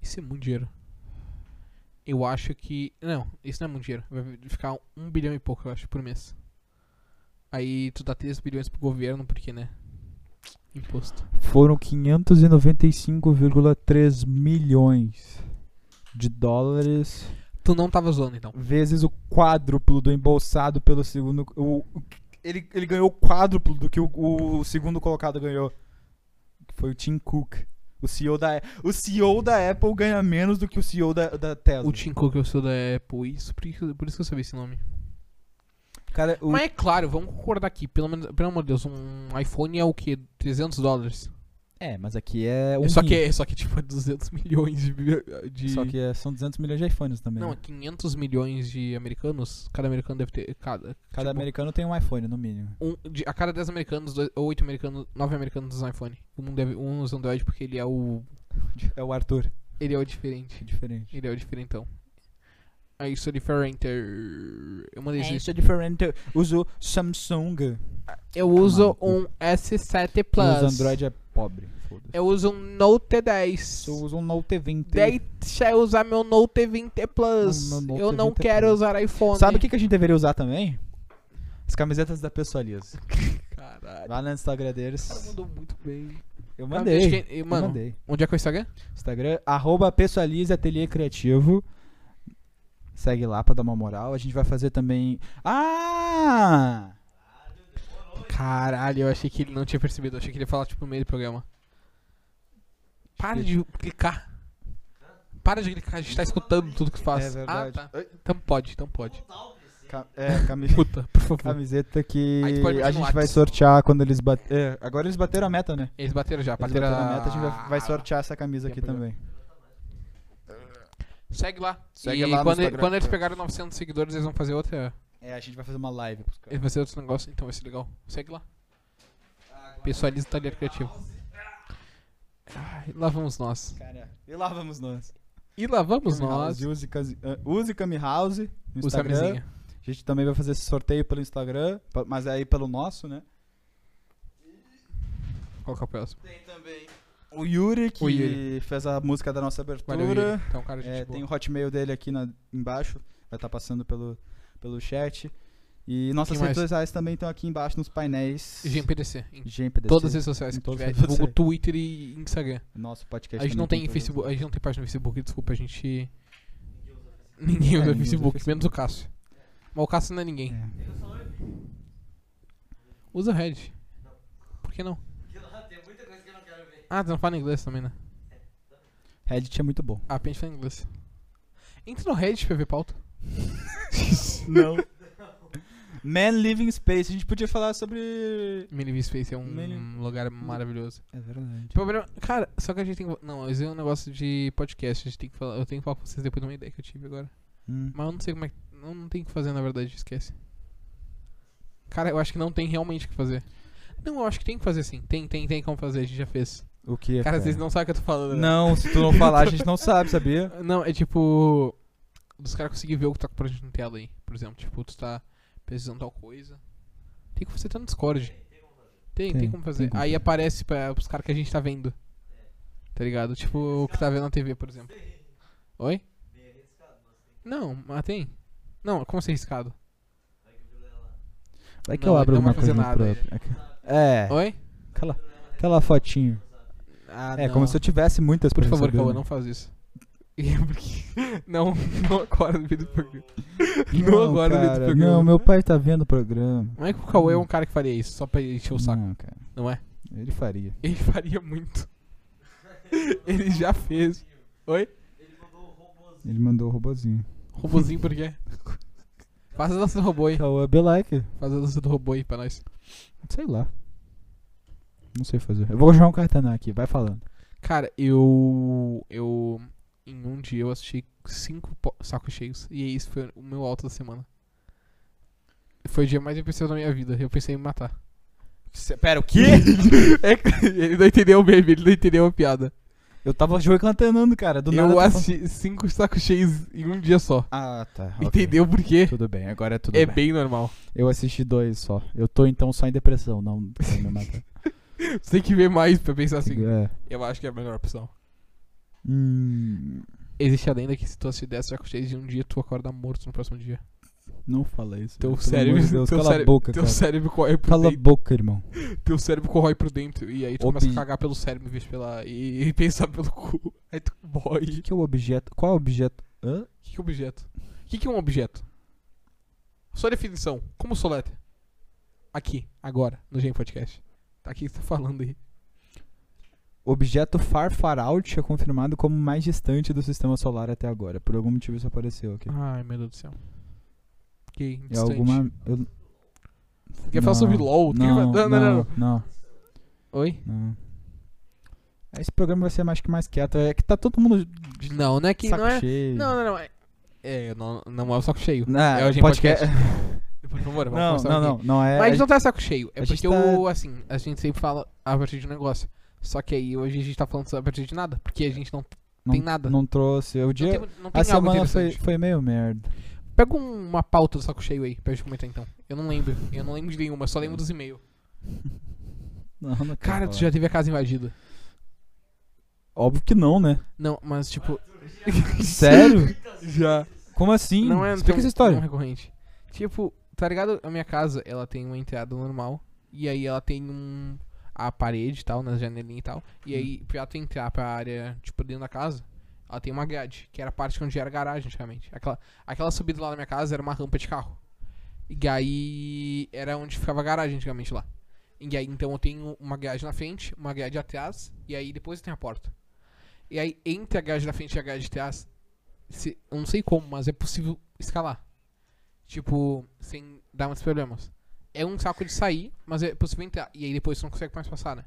Speaker 2: Isso é muito dinheiro. Eu acho que... Não, isso não é muito dinheiro. Vai ficar 1 bilhão e pouco, eu acho, por mês. Aí tu dá 3 bilhões pro governo, porque, né? Imposto.
Speaker 1: Foram 595,3 milhões de dólares
Speaker 2: Tu não tava zoando, então.
Speaker 1: vezes o quádruplo do embolsado pelo segundo. o- o- ele, ele ganhou o quádruplo do que o, o segundo colocado ganhou. Que foi o Tim Cook. O CEO da, o CEO da Apple ganha menos do que o CEO da, da Tesla.
Speaker 2: O Tim Cook, eu sou da Apple, isso, por isso por isso que eu sabia esse nome.
Speaker 1: Cara, o-
Speaker 2: Mas é claro, vamos concordar aqui. Pelo menos, pelo amor de Deus, um iPhone é o quê? 300 dólares.
Speaker 1: É, mas aqui é um.
Speaker 2: só, que,
Speaker 1: rim.
Speaker 2: é- só que, tipo, é 200 milhões de. bi- de-
Speaker 1: Só que é- são 200 milhões de iPhones também.
Speaker 2: Não, é
Speaker 1: né?
Speaker 2: 500 milhões de americanos. Cada americano deve ter. Cada.
Speaker 1: Cada
Speaker 2: tipo,
Speaker 1: americano tem um iPhone, no mínimo.
Speaker 2: um- de- a cada 10 americanos, 8 americanos, 9 americanos usam iPhone. Um, deve, um usa Android porque ele é o.
Speaker 1: É o Arthur.
Speaker 2: Ele é o
Speaker 1: É
Speaker 2: diferente.
Speaker 1: diferente.
Speaker 2: Ele é o diferentão. É isso diferente. Eu mandei isso.
Speaker 1: é diferente. Eu uso Samsung.
Speaker 2: Eu uso
Speaker 1: Mano,
Speaker 2: um S7
Speaker 1: Plus.
Speaker 2: Plus.
Speaker 1: Android é pobre. Foda-se.
Speaker 2: Eu uso um Note 10.
Speaker 1: Eu uso um Note 20.
Speaker 2: Deixa eu usar meu Note 20 Plus.
Speaker 1: Não, meu Note
Speaker 2: eu não
Speaker 1: 20
Speaker 2: quero
Speaker 1: Plus.
Speaker 2: usar iPhone.
Speaker 1: Sabe o que, que a gente deveria usar também? As camisetas da Pessoa Lisa.
Speaker 2: Caralho.
Speaker 1: Lá no Instagram
Speaker 2: O cara
Speaker 1: deles.
Speaker 2: mandou muito bem.
Speaker 1: Eu
Speaker 2: Cara,
Speaker 1: mandei.
Speaker 2: deixa que- e,
Speaker 1: Eu
Speaker 2: mano,
Speaker 1: mandei.
Speaker 2: onde é que é o Instagram?
Speaker 1: Instagram, arroba Pessoa Lisa Ateliê Criativo. Segue lá pra dar uma moral. A gente vai fazer também. Ah!
Speaker 2: Caralho, eu achei que ele não tinha percebido. Eu achei que ele ia falar, tipo, no meio do programa. Para de clicar. Para de clicar, a gente tá escutando tudo que tu faz.
Speaker 1: É verdade.
Speaker 2: Ah, tá. Então pode, então pode.
Speaker 1: Ca- É, camiseta.
Speaker 2: Puta, por favor.
Speaker 1: Camiseta que
Speaker 2: Aí tu pode um botar
Speaker 1: a
Speaker 2: no
Speaker 1: gente
Speaker 2: Whats.
Speaker 1: vai sortear quando eles baterem. agora eles bateram a meta, né?
Speaker 2: Eles bateram já,
Speaker 1: Eles
Speaker 2: bateram
Speaker 1: bateram a meta, a gente vai, vai sortear essa camisa aqui
Speaker 2: Tempo já.
Speaker 1: também.
Speaker 2: Segue lá.
Speaker 1: Segue
Speaker 2: e
Speaker 1: lá no
Speaker 2: quando,
Speaker 1: Instagram.
Speaker 2: quando eles pegarem 900 seguidores, eles vão fazer outra.
Speaker 1: É, a gente vai fazer uma live pros caras.
Speaker 2: Eles vão fazer outro negócio, então vai ser legal. Segue lá. Pessoaliza o taller criativo. Ai, lá vamos nós.
Speaker 1: Cara, e lá vamos nós.
Speaker 2: E lá vamos
Speaker 1: Kami
Speaker 2: nós.
Speaker 1: House, Use, Casi- ah, use Kami House no
Speaker 2: Os
Speaker 1: Instagram.
Speaker 2: camisinha.
Speaker 1: A gente também vai fazer esse sorteio pelo Instagram, pa- mas aí pelo nosso, né?
Speaker 2: Qual que é o próximo?
Speaker 1: Tem também o Yuri, que
Speaker 2: O Yuri.
Speaker 1: fez a música da nossa
Speaker 2: Valeu,
Speaker 1: abertura.
Speaker 2: Yuri. Então, cara, gente
Speaker 1: É,
Speaker 2: boa.
Speaker 1: tem o hotmail dele aqui na- embaixo, vai estar passando pelo, pelo chat. E nossas
Speaker 2: Quem
Speaker 1: redes
Speaker 2: mais?
Speaker 1: sociais também estão aqui embaixo nos painéis.
Speaker 2: E GMPDC. Em
Speaker 1: GMPDC.
Speaker 2: todas as redes sociais
Speaker 1: Em
Speaker 2: que
Speaker 1: todas
Speaker 2: tiver.
Speaker 1: as redes
Speaker 2: Google, Twitter e Instagram.
Speaker 1: Nosso podcast.
Speaker 2: A gente
Speaker 1: também
Speaker 2: não tem
Speaker 1: todas.
Speaker 2: Facebook, a gente não tem página no Facebook, desculpa, a gente. Ninguém
Speaker 1: É,
Speaker 2: usa
Speaker 1: ninguém usa
Speaker 2: Facebook,
Speaker 1: Facebook.
Speaker 2: menos o Cássio. Mas o Cássio não é ninguém.
Speaker 1: É.
Speaker 2: Usa Red. Por que não? Ah, tu não fala inglês também, né?
Speaker 1: Reddit é muito bom.
Speaker 2: Ah, pensa fala inglês. Entra no Reddit pra ver pauta.
Speaker 1: Não. Man Living Space. A gente podia falar sobre.
Speaker 2: Minivis Space é um
Speaker 1: Mini-
Speaker 2: lugar maravilhoso.
Speaker 1: É verdade.
Speaker 2: Problema- Tipo, Cara, só que a gente tem que. Não, isso é um negócio de podcast. A gente tem que falar. Eu tenho que falar com vocês depois de uma ideia que eu tive agora.
Speaker 1: Hum.
Speaker 2: Mas eu não sei como é que. Não, não tem o que fazer, na verdade, esquece. Cara, eu acho que não tem realmente o que fazer. Não, eu acho que tem que fazer sim. Tem, tem, tem como fazer, a gente já fez.
Speaker 1: O que? é,
Speaker 2: Cara, às vezes não sabem o que eu tô falando. né?
Speaker 1: Não, se tu não falar, a gente não sabe, sabia?
Speaker 2: Não, é tipo. Dos caras conseguir ver o que tá por gente na tela aí, por exemplo. Tipo, tu tá pesquisando tal coisa. Tem que você tá no Discord. Tem, tem,
Speaker 1: Tem,
Speaker 2: como
Speaker 1: tem
Speaker 2: fazer.
Speaker 1: como
Speaker 2: aí
Speaker 1: fazer.
Speaker 2: aparece pra, pros caras que a gente tá vendo. Tá ligado? Tipo, o que tá vendo na TV, por exemplo. Oi? Não, mas tem. Não, como assim riscado?
Speaker 1: Vai que
Speaker 2: Não,
Speaker 1: eu abro
Speaker 2: não
Speaker 1: alguma
Speaker 2: vai fazer
Speaker 1: coisa no
Speaker 2: nada.
Speaker 1: próprio. É,
Speaker 2: Oi?
Speaker 1: aquela, aquela fotinho.
Speaker 2: Ah,
Speaker 1: é,
Speaker 2: não.
Speaker 1: como se eu tivesse muitas
Speaker 2: Por
Speaker 1: pra
Speaker 2: favor,
Speaker 1: receber,
Speaker 2: Cauã,
Speaker 1: né?
Speaker 2: não faz isso. É Porque não, não acorda no meio do programa.
Speaker 1: Hum.
Speaker 2: Não, agora no meio do
Speaker 1: cara,
Speaker 2: programa.
Speaker 1: Não, meu pai tá vendo o programa.
Speaker 2: Como é que o Cauê é um cara que faria isso? Só pra encher o saco,
Speaker 1: Não, cara.
Speaker 2: não é?
Speaker 1: Ele faria.
Speaker 2: Ele faria muito. Ele já fez. Oi?
Speaker 1: Ele mandou o robozinho.
Speaker 2: Robozinho, por quê? Faz a dança do robô aí.
Speaker 1: Cauã é Belike.
Speaker 2: Faz a dança do robô aí pra nós.
Speaker 1: Sei lá. Não sei fazer. Eu vou jogar um Cartaná aqui, vai falando.
Speaker 2: Cara, eu. Eu. Em um dia eu assisti cinco po- sacos cheios. E isso foi o meu alto da semana. Foi o dia mais impressionante da minha vida. Eu pensei em me matar.
Speaker 1: Pera, o
Speaker 2: É que ele não entendeu o meme, ele não entendeu a piada.
Speaker 1: Eu tava cantanando, cara. Do nada.
Speaker 2: eu
Speaker 1: tá
Speaker 2: assisti cinco sacos cheios em um dia só.
Speaker 1: falando- Ah, tá. ok.
Speaker 2: Entendeu por quê?
Speaker 1: Tudo bem, agora é tudo
Speaker 2: É
Speaker 1: bem.
Speaker 2: bem normal.
Speaker 1: Eu assisti dois só. Eu tô então só em depressão, não quero me matar.
Speaker 2: Você tem que ver mais pra pensar assim.
Speaker 1: É.
Speaker 2: Eu acho que é a melhor opção.
Speaker 1: Hum,
Speaker 2: Existe a lenda que se tu assistir 10 sacos cheios em um dia, tu acorda morto no próximo dia.
Speaker 1: não fala isso.
Speaker 2: Teu
Speaker 1: velho. Pelo
Speaker 2: cérebro.
Speaker 1: amor de Deus,
Speaker 2: teu
Speaker 1: cala
Speaker 2: cérebro,
Speaker 1: a boca,
Speaker 2: teu
Speaker 1: cara.
Speaker 2: cérebro corrói por
Speaker 1: Cala a
Speaker 2: dentro.
Speaker 1: boca, irmão.
Speaker 2: Teu cérebro corrói por dentro. E aí tu
Speaker 1: Ô,
Speaker 2: começa a
Speaker 1: bi-
Speaker 2: cagar pelo cérebro em vez de pela. E, e pensar pelo cu. Aí tu boy.
Speaker 1: O que,
Speaker 2: Que,
Speaker 1: que é o objeto? Qual é o objeto? Hã?
Speaker 2: que é objeto? O que, que é um objeto? Sua definição. Como soletra? Aqui, agora, no Gen Podcast. Tá aqui que você tá falando aí.
Speaker 1: Objeto far far out é confirmado como o mais distante do sistema solar até agora. Por algum motivo isso apareceu aqui.
Speaker 2: Ai, meu Deus do céu. Que
Speaker 1: É
Speaker 2: distante.
Speaker 1: alguma. eu-
Speaker 2: Quer falar sobre
Speaker 1: Não,
Speaker 2: LOL? Tu quer
Speaker 1: Não, não,
Speaker 2: falar-
Speaker 1: não, não,
Speaker 2: Oi?
Speaker 1: não. Esse programa vai ser mais que mais quieto. É que tá todo mundo de
Speaker 2: Não, não é que.
Speaker 1: saco
Speaker 2: não é...
Speaker 1: cheio.
Speaker 2: Não, não, não. É, é não, não é o saco cheio.
Speaker 1: Não,
Speaker 2: é o Gen
Speaker 1: podcast-
Speaker 2: Por favor, vamos
Speaker 1: Não,
Speaker 2: começar
Speaker 1: não,
Speaker 2: aqui.
Speaker 1: não, não é.
Speaker 2: Mas
Speaker 1: a
Speaker 2: não tá saco cheio. É
Speaker 1: a
Speaker 2: porque
Speaker 1: gente tá-
Speaker 2: eu, assim, a gente sempre fala a partir de um negócio. Só que aí hoje a gente tá falando só a partir de nada. Porque a gente não
Speaker 1: não,
Speaker 2: tem nada.
Speaker 1: Não trouxe. O dia,
Speaker 2: não tem, não
Speaker 1: a
Speaker 2: tem algo
Speaker 1: semana foi,
Speaker 2: interessante.
Speaker 1: foi meio merda.
Speaker 2: Pega um- uma pauta do saco cheio aí pra gente comentar então. Eu não lembro. Eu não lembro de nenhuma, só lembro dos e-mails.
Speaker 1: Não, não quero
Speaker 2: Cara, tu
Speaker 1: falar.
Speaker 2: já teve a casa invadida.
Speaker 1: Óbvio que não, né?
Speaker 2: Não, mas tipo.
Speaker 1: Sério?
Speaker 2: já.
Speaker 1: Como assim?
Speaker 2: Não é não tem
Speaker 1: Explica
Speaker 2: um-
Speaker 1: essa história.
Speaker 2: não é recorrente. Tipo, tá ligado? A minha casa, ela tem uma entrada normal. E aí ela tem um.
Speaker 1: Hum.
Speaker 2: A parede e tal, nas janelinhas e tal. E aí, pra tu entrar pra área, tipo, dentro da casa, Ela tem uma grade, que era a parte onde era a garagem antigamente. Aquela, aquela subida lá na minha casa era uma rampa de carro. E aí era onde ficava a garagem antigamente lá. E aí então eu tenho uma grade na frente, uma grade atrás, e aí depois eu tenho a porta. E aí entre a grade da frente e a grade de trás, se- eu não sei como, mas é possível escalar. Tipo, sem dar muitos problemas. É um saco de sair, mas é possível entrar. E aí depois você não consegue mais passar, né?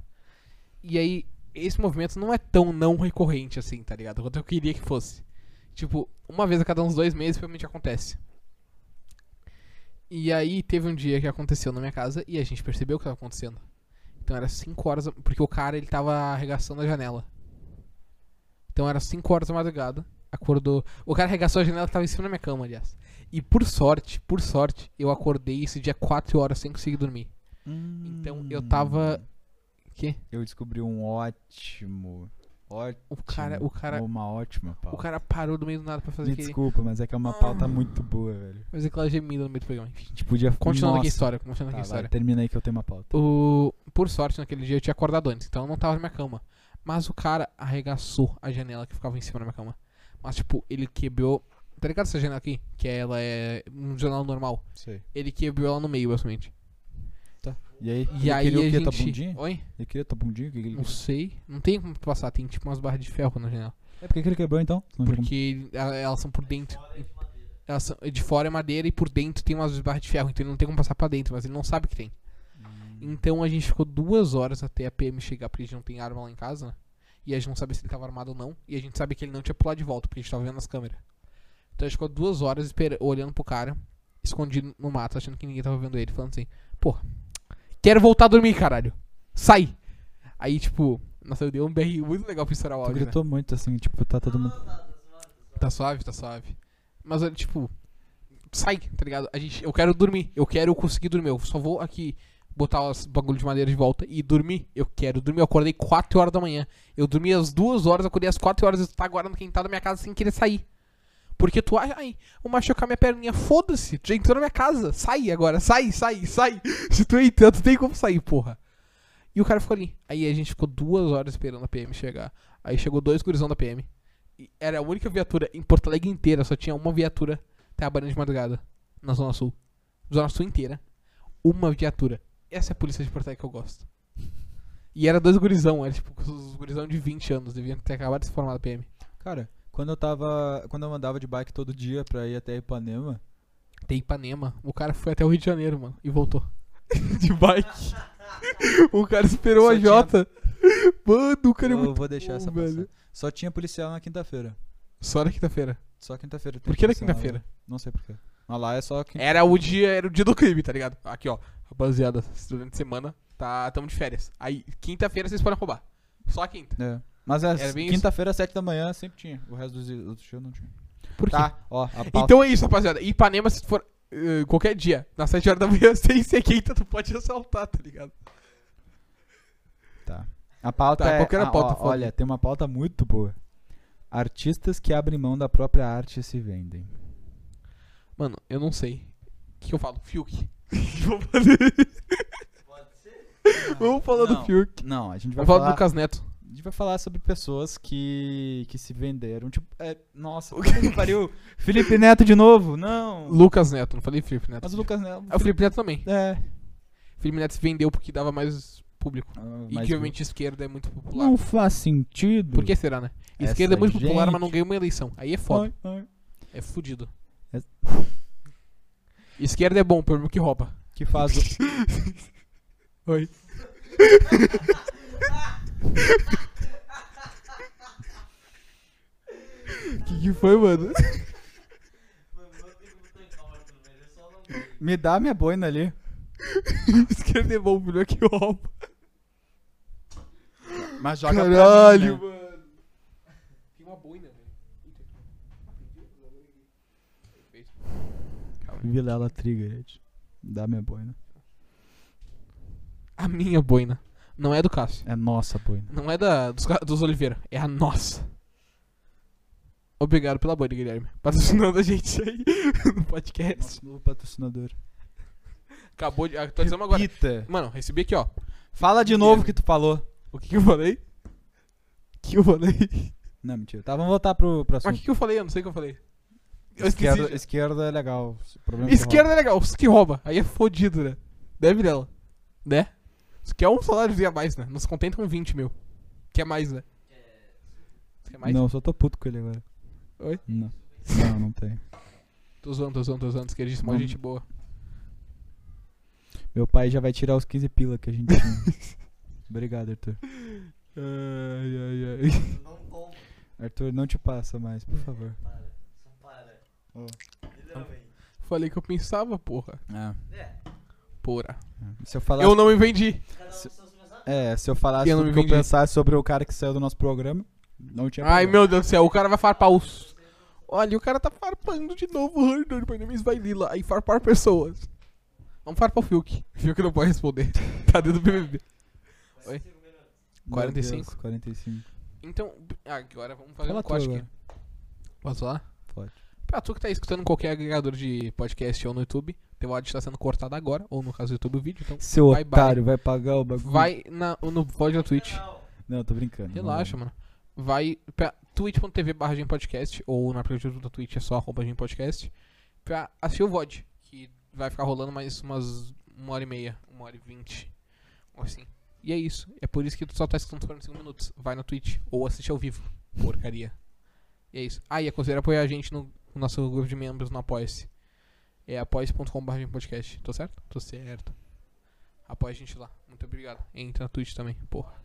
Speaker 2: E aí, esse movimento não é tão não recorrente assim, tá ligado? Quanto eu queria que fosse. Tipo, uma vez a cada uns dois meses realmente acontece. E aí teve um dia que aconteceu na minha casa e a gente percebeu o que tava acontecendo. Então era 5 horas, da- porque o cara ele tava arregaçando a janela. Então era 5 horas da madrugada. Acordou. O cara arregaçou a janela que tava em cima da minha cama, aliás. E por sorte, por sorte, eu acordei esse dia 4 horas sem conseguir dormir. Então eu tava. Que?
Speaker 1: Hum, Eu descobri um ótimo. Ótimo.
Speaker 2: O cara, o cara,
Speaker 1: Uma ótima pauta.
Speaker 2: o cara parou do meio do nada pra fazer
Speaker 1: Me
Speaker 2: aquele,
Speaker 1: desculpa, mas é que é uma pauta muito boa, velho.
Speaker 2: fazer aquela gemida no meio do programa. Enfim,
Speaker 1: A gente podia
Speaker 2: continuando aqui a
Speaker 1: Nossa.
Speaker 2: história, continuando
Speaker 1: Tá,
Speaker 2: aqui a
Speaker 1: vai,
Speaker 2: história.
Speaker 1: termina aí que eu tenho uma pauta.
Speaker 2: O... Por sorte, naquele dia eu tinha acordado antes, então eu não tava na minha cama. Mas o cara arregaçou a janela que ficava em cima da minha cama. Mas, tipo, ele quebrou. Tá ligado essa janela aqui? Que ela é um jornal normal.
Speaker 1: Sei.
Speaker 2: Ele quebrou ela no meio, basicamente.
Speaker 1: E aí,
Speaker 2: E
Speaker 1: ele
Speaker 2: aí
Speaker 1: queria
Speaker 2: a
Speaker 1: o quê?
Speaker 2: gente.
Speaker 1: Tua bundinha?
Speaker 2: Oi?
Speaker 1: Ele queria tua bundinha? O que que ele-
Speaker 2: Não sei. Não tem como tu passar, tem tipo umas barras de ferro na janela.
Speaker 1: É porque que ele quebrou então? Senão ele-
Speaker 2: Porque ela- elas são por dentro. Elas são, de fora é madeira e por dentro tem umas barras de ferro, então ele não tem como passar pra dentro, mas ele não sabe que tem. Então a gente ficou duas horas até a PM chegar, porque a gente não tem arma lá em casa, né? E a gente não sabe se ele tava armado ou não. E a gente sabe que ele não tinha pulado de volta, porque a gente tava vendo nas câmeras. Então a gente ficou duas horas espera- olhando pro cara, escondido no mato, achando que ninguém tava vendo ele, falando assim, porra, quero voltar a dormir, caralho. Sai! Aí, tipo, nossa, eu dei um BR muito legal pra estourar o
Speaker 1: Tu
Speaker 2: áudio. né?
Speaker 1: gritou muito assim, tipo, tá todo mundo.
Speaker 2: Tá suave, tá suave. Mas olha, tipo, sai, tá ligado? A gente, eu quero dormir, eu quero conseguir dormir. Eu só vou aqui botar os bagulho de madeira de volta e dormir. Eu quero dormir. Eu acordei 4 horas da manhã. Eu dormi às 2 horas, acordei às 4 horas e tá agora no quintal da minha casa sem querer sair. Porque tu acha, ai, vou machucar minha perninha, foda-se, tu já entrou na minha casa, sai agora, sai, sai, sai. Se tu entrar, tu tem como sair, porra. E o cara ficou ali. Aí a gente ficou duas horas esperando a PM chegar. Aí chegou dois gurizão da PM. E era a única viatura em Porto Alegre inteira, só tinha uma viatura trabalhando de madrugada na Zona Sul. Zona Sul inteira. Uma viatura. Essa é a polícia de Porto Alegre que eu gosto. E era dois gurizão, era tipo os gurizão de 20 anos, deviam ter acabado de se formar da PM.
Speaker 1: Cara, quando eu tava. Quando eu andava de bike todo dia pra ir até Ipanema,
Speaker 2: Tem Ipanema. O cara foi até o Rio de Janeiro, mano, e voltou. de bike. o cara esperou
Speaker 1: Só
Speaker 2: a
Speaker 1: tinha-
Speaker 2: Jota. Mano, o cara é
Speaker 1: eu
Speaker 2: muito.
Speaker 1: vou deixar essa
Speaker 2: bom, velho.
Speaker 1: passar. Só tinha policial na quinta-feira.
Speaker 2: Só na quinta-feira.
Speaker 1: Só quinta-feira. tem
Speaker 2: Por que na
Speaker 1: policial lá.
Speaker 2: quinta-feira?
Speaker 1: Não sei porquê. Mas lá é só quinta.
Speaker 2: Era o dia, era o dia do crime, tá ligado? Aqui, ó, rapaziada, durante a semana, tá, tamo de férias. Aí, quinta-feira vocês podem roubar. Só quinta.
Speaker 1: É. Mas é,
Speaker 2: Era bem isso.
Speaker 1: quinta-feira, às sete da manhã, sempre tinha. O resto dos outros dias não tinha.
Speaker 2: Por
Speaker 1: Tá, ó, a pauta.
Speaker 2: Então é isso, rapaziada. Ipanema, se for eh, qualquer dia, nas 7 horas da manhã, sem ser quinta, tu pode assaltar, tá ligado?
Speaker 1: Tá. A pauta
Speaker 2: Tá,
Speaker 1: é.
Speaker 2: qual que era a
Speaker 1: ah,
Speaker 2: pauta,
Speaker 1: ó,
Speaker 2: Fábio?
Speaker 1: olha, tem uma pauta muito boa. Artistas que abrem mão da própria arte e se vendem.
Speaker 2: Mano, eu não sei. O que, que eu falo? Fiuk. Vamos fazer. Vamos falar
Speaker 1: Não.
Speaker 2: do Fiuk.
Speaker 1: Não, a gente vai
Speaker 2: Vamos falar do
Speaker 1: falar.
Speaker 2: Lucas Neto.
Speaker 1: A gente vai falar sobre pessoas que. que se venderam. Tipo, é, nossa, o que pariu? Felipe Neto de novo? Não.
Speaker 2: Lucas Neto, não falei Felipe Neto.
Speaker 1: Mas o Lucas Neto.
Speaker 2: É o Felipe Neto também.
Speaker 1: É.
Speaker 2: Felipe Neto se vendeu porque dava mais público. e
Speaker 1: mas
Speaker 2: Ah, que realmente esquerda é muito popular.
Speaker 1: Não faz sentido.
Speaker 2: Por que será, né?
Speaker 1: Essa
Speaker 2: Esquerda é muito popular,
Speaker 1: gente.
Speaker 2: mas não ganha uma eleição. Aí é foda.
Speaker 1: Ai, ai.
Speaker 2: É fudido.
Speaker 1: É-
Speaker 2: Esquerda é bom, o problema é que rouba.
Speaker 1: Que faz. o-
Speaker 2: Oi. que que foi, mano?
Speaker 1: Me dá minha boina ali.
Speaker 2: Esquerda é bom, o problema é que rouba.
Speaker 1: Mas joga pra mim,
Speaker 2: Caralho,
Speaker 1: né?
Speaker 2: mano. Tem uma boina, velho.
Speaker 1: Vilela Triggered. Dá minha boina.
Speaker 2: A minha boina. Não é do Cássio.
Speaker 1: É nossa boina.
Speaker 2: Não é da, dos, ca- dos Oliveira, é a nossa. Obrigado pela boina, Guilherme. Patrocinando a gente aí no podcast.
Speaker 1: Nosso novo patrocinador.
Speaker 2: Acabou de. ah, Tô dizendo agora.
Speaker 1: Repita.
Speaker 2: Mano, recebi aqui, ó.
Speaker 1: Fala de novo o que tu falou.
Speaker 2: O que, que eu falei? O que eu falei?
Speaker 1: Não, mentira. Tá, vamos voltar pro, pro
Speaker 2: Mas o que,
Speaker 1: assunto.
Speaker 2: que eu falei? Eu não sei o que eu falei. Eu esqueci.
Speaker 1: esquerda,
Speaker 2: já.
Speaker 1: esquerda é legal. o problema é que
Speaker 2: Esquerda é legal, os que rouba. Aí é fodido, né? Deve dela. Né? Isso que é um saláriozinho a mais, né? Não se contenta com 20 mil. Que é mais, né? Que é
Speaker 1: rouba.
Speaker 2: mais?
Speaker 1: Não, só tô puto com ele agora.
Speaker 2: Oi?
Speaker 1: Não. Não, não tem.
Speaker 2: Tô zoando, tô zoando, tô zoando. Esquerdista, mó
Speaker 1: Não.
Speaker 2: gente boa.
Speaker 1: Meu pai já vai tirar os 15 pila que a gente tinha. Obrigado, Arthur.
Speaker 2: Ai, ai, ai.
Speaker 3: Não compra.
Speaker 1: Arthur, não te passa mais, por favor.
Speaker 3: Para. Só para.
Speaker 1: Oh.
Speaker 3: Literalmente.
Speaker 2: Falei que eu pensava, porra.
Speaker 1: Ah,
Speaker 3: É.
Speaker 2: Porra.
Speaker 1: é. se eu falasse.
Speaker 2: Eu não me vendi.
Speaker 3: Cada um
Speaker 1: Se-
Speaker 3: com seus pensamentos.
Speaker 1: É, se eu falasse
Speaker 2: Eu não
Speaker 1: tudo
Speaker 2: me
Speaker 1: que eu
Speaker 2: vendi.
Speaker 1: pensasse sobre o cara que saiu do nosso programa, não tinha
Speaker 2: Ai,
Speaker 1: programa.
Speaker 2: meu Deus do céu, o cara vai farpar os. Olha, o cara tá farpando de novo o Hardcore Dynamics vai é Lila. Aí farpar pessoas. Vamos farpar o Fiuk. O Fiuk não pode responder. tá dentro do BBB. Oi? 45.
Speaker 1: Deus, 45.
Speaker 2: Então, ah, agora vamos fazer
Speaker 1: Fala
Speaker 2: um
Speaker 1: tu
Speaker 2: corte aqui.
Speaker 1: agora.
Speaker 2: Posso falar?
Speaker 1: Pode.
Speaker 2: Pra tu que tá escutando em qualquer agregador de podcast ou no YouTube, teu áudio está sendo cortado agora, ou no caso do YouTube, o vídeo. Então,
Speaker 1: Seu
Speaker 2: Bye, bye.
Speaker 1: otário vai pagar o bagulho.
Speaker 2: vai na, no pode na Twitch.
Speaker 1: Não, tô brincando. não
Speaker 2: Relaxa, mano. Vai pra twitch.tv barra Podcast ou na aplicativo da Twitch é só arroba Podcast pra assistir o VOD, que vai ficar rolando mais umas uma hora e meia, uma hora e vinte, ou assim. E é isso. É por isso que tu só tá escutando 45 minutos. Vai na Twitch ou assiste ao vivo. Porcaria. E é isso. Ah, e é considera apoiar a gente no, no nosso grupo de membros no Apoia-se. É apoia.com.br podcast. Tô certo? Tô certo. Apoia a gente lá. Muito obrigado. Entra na Twitch também, porra.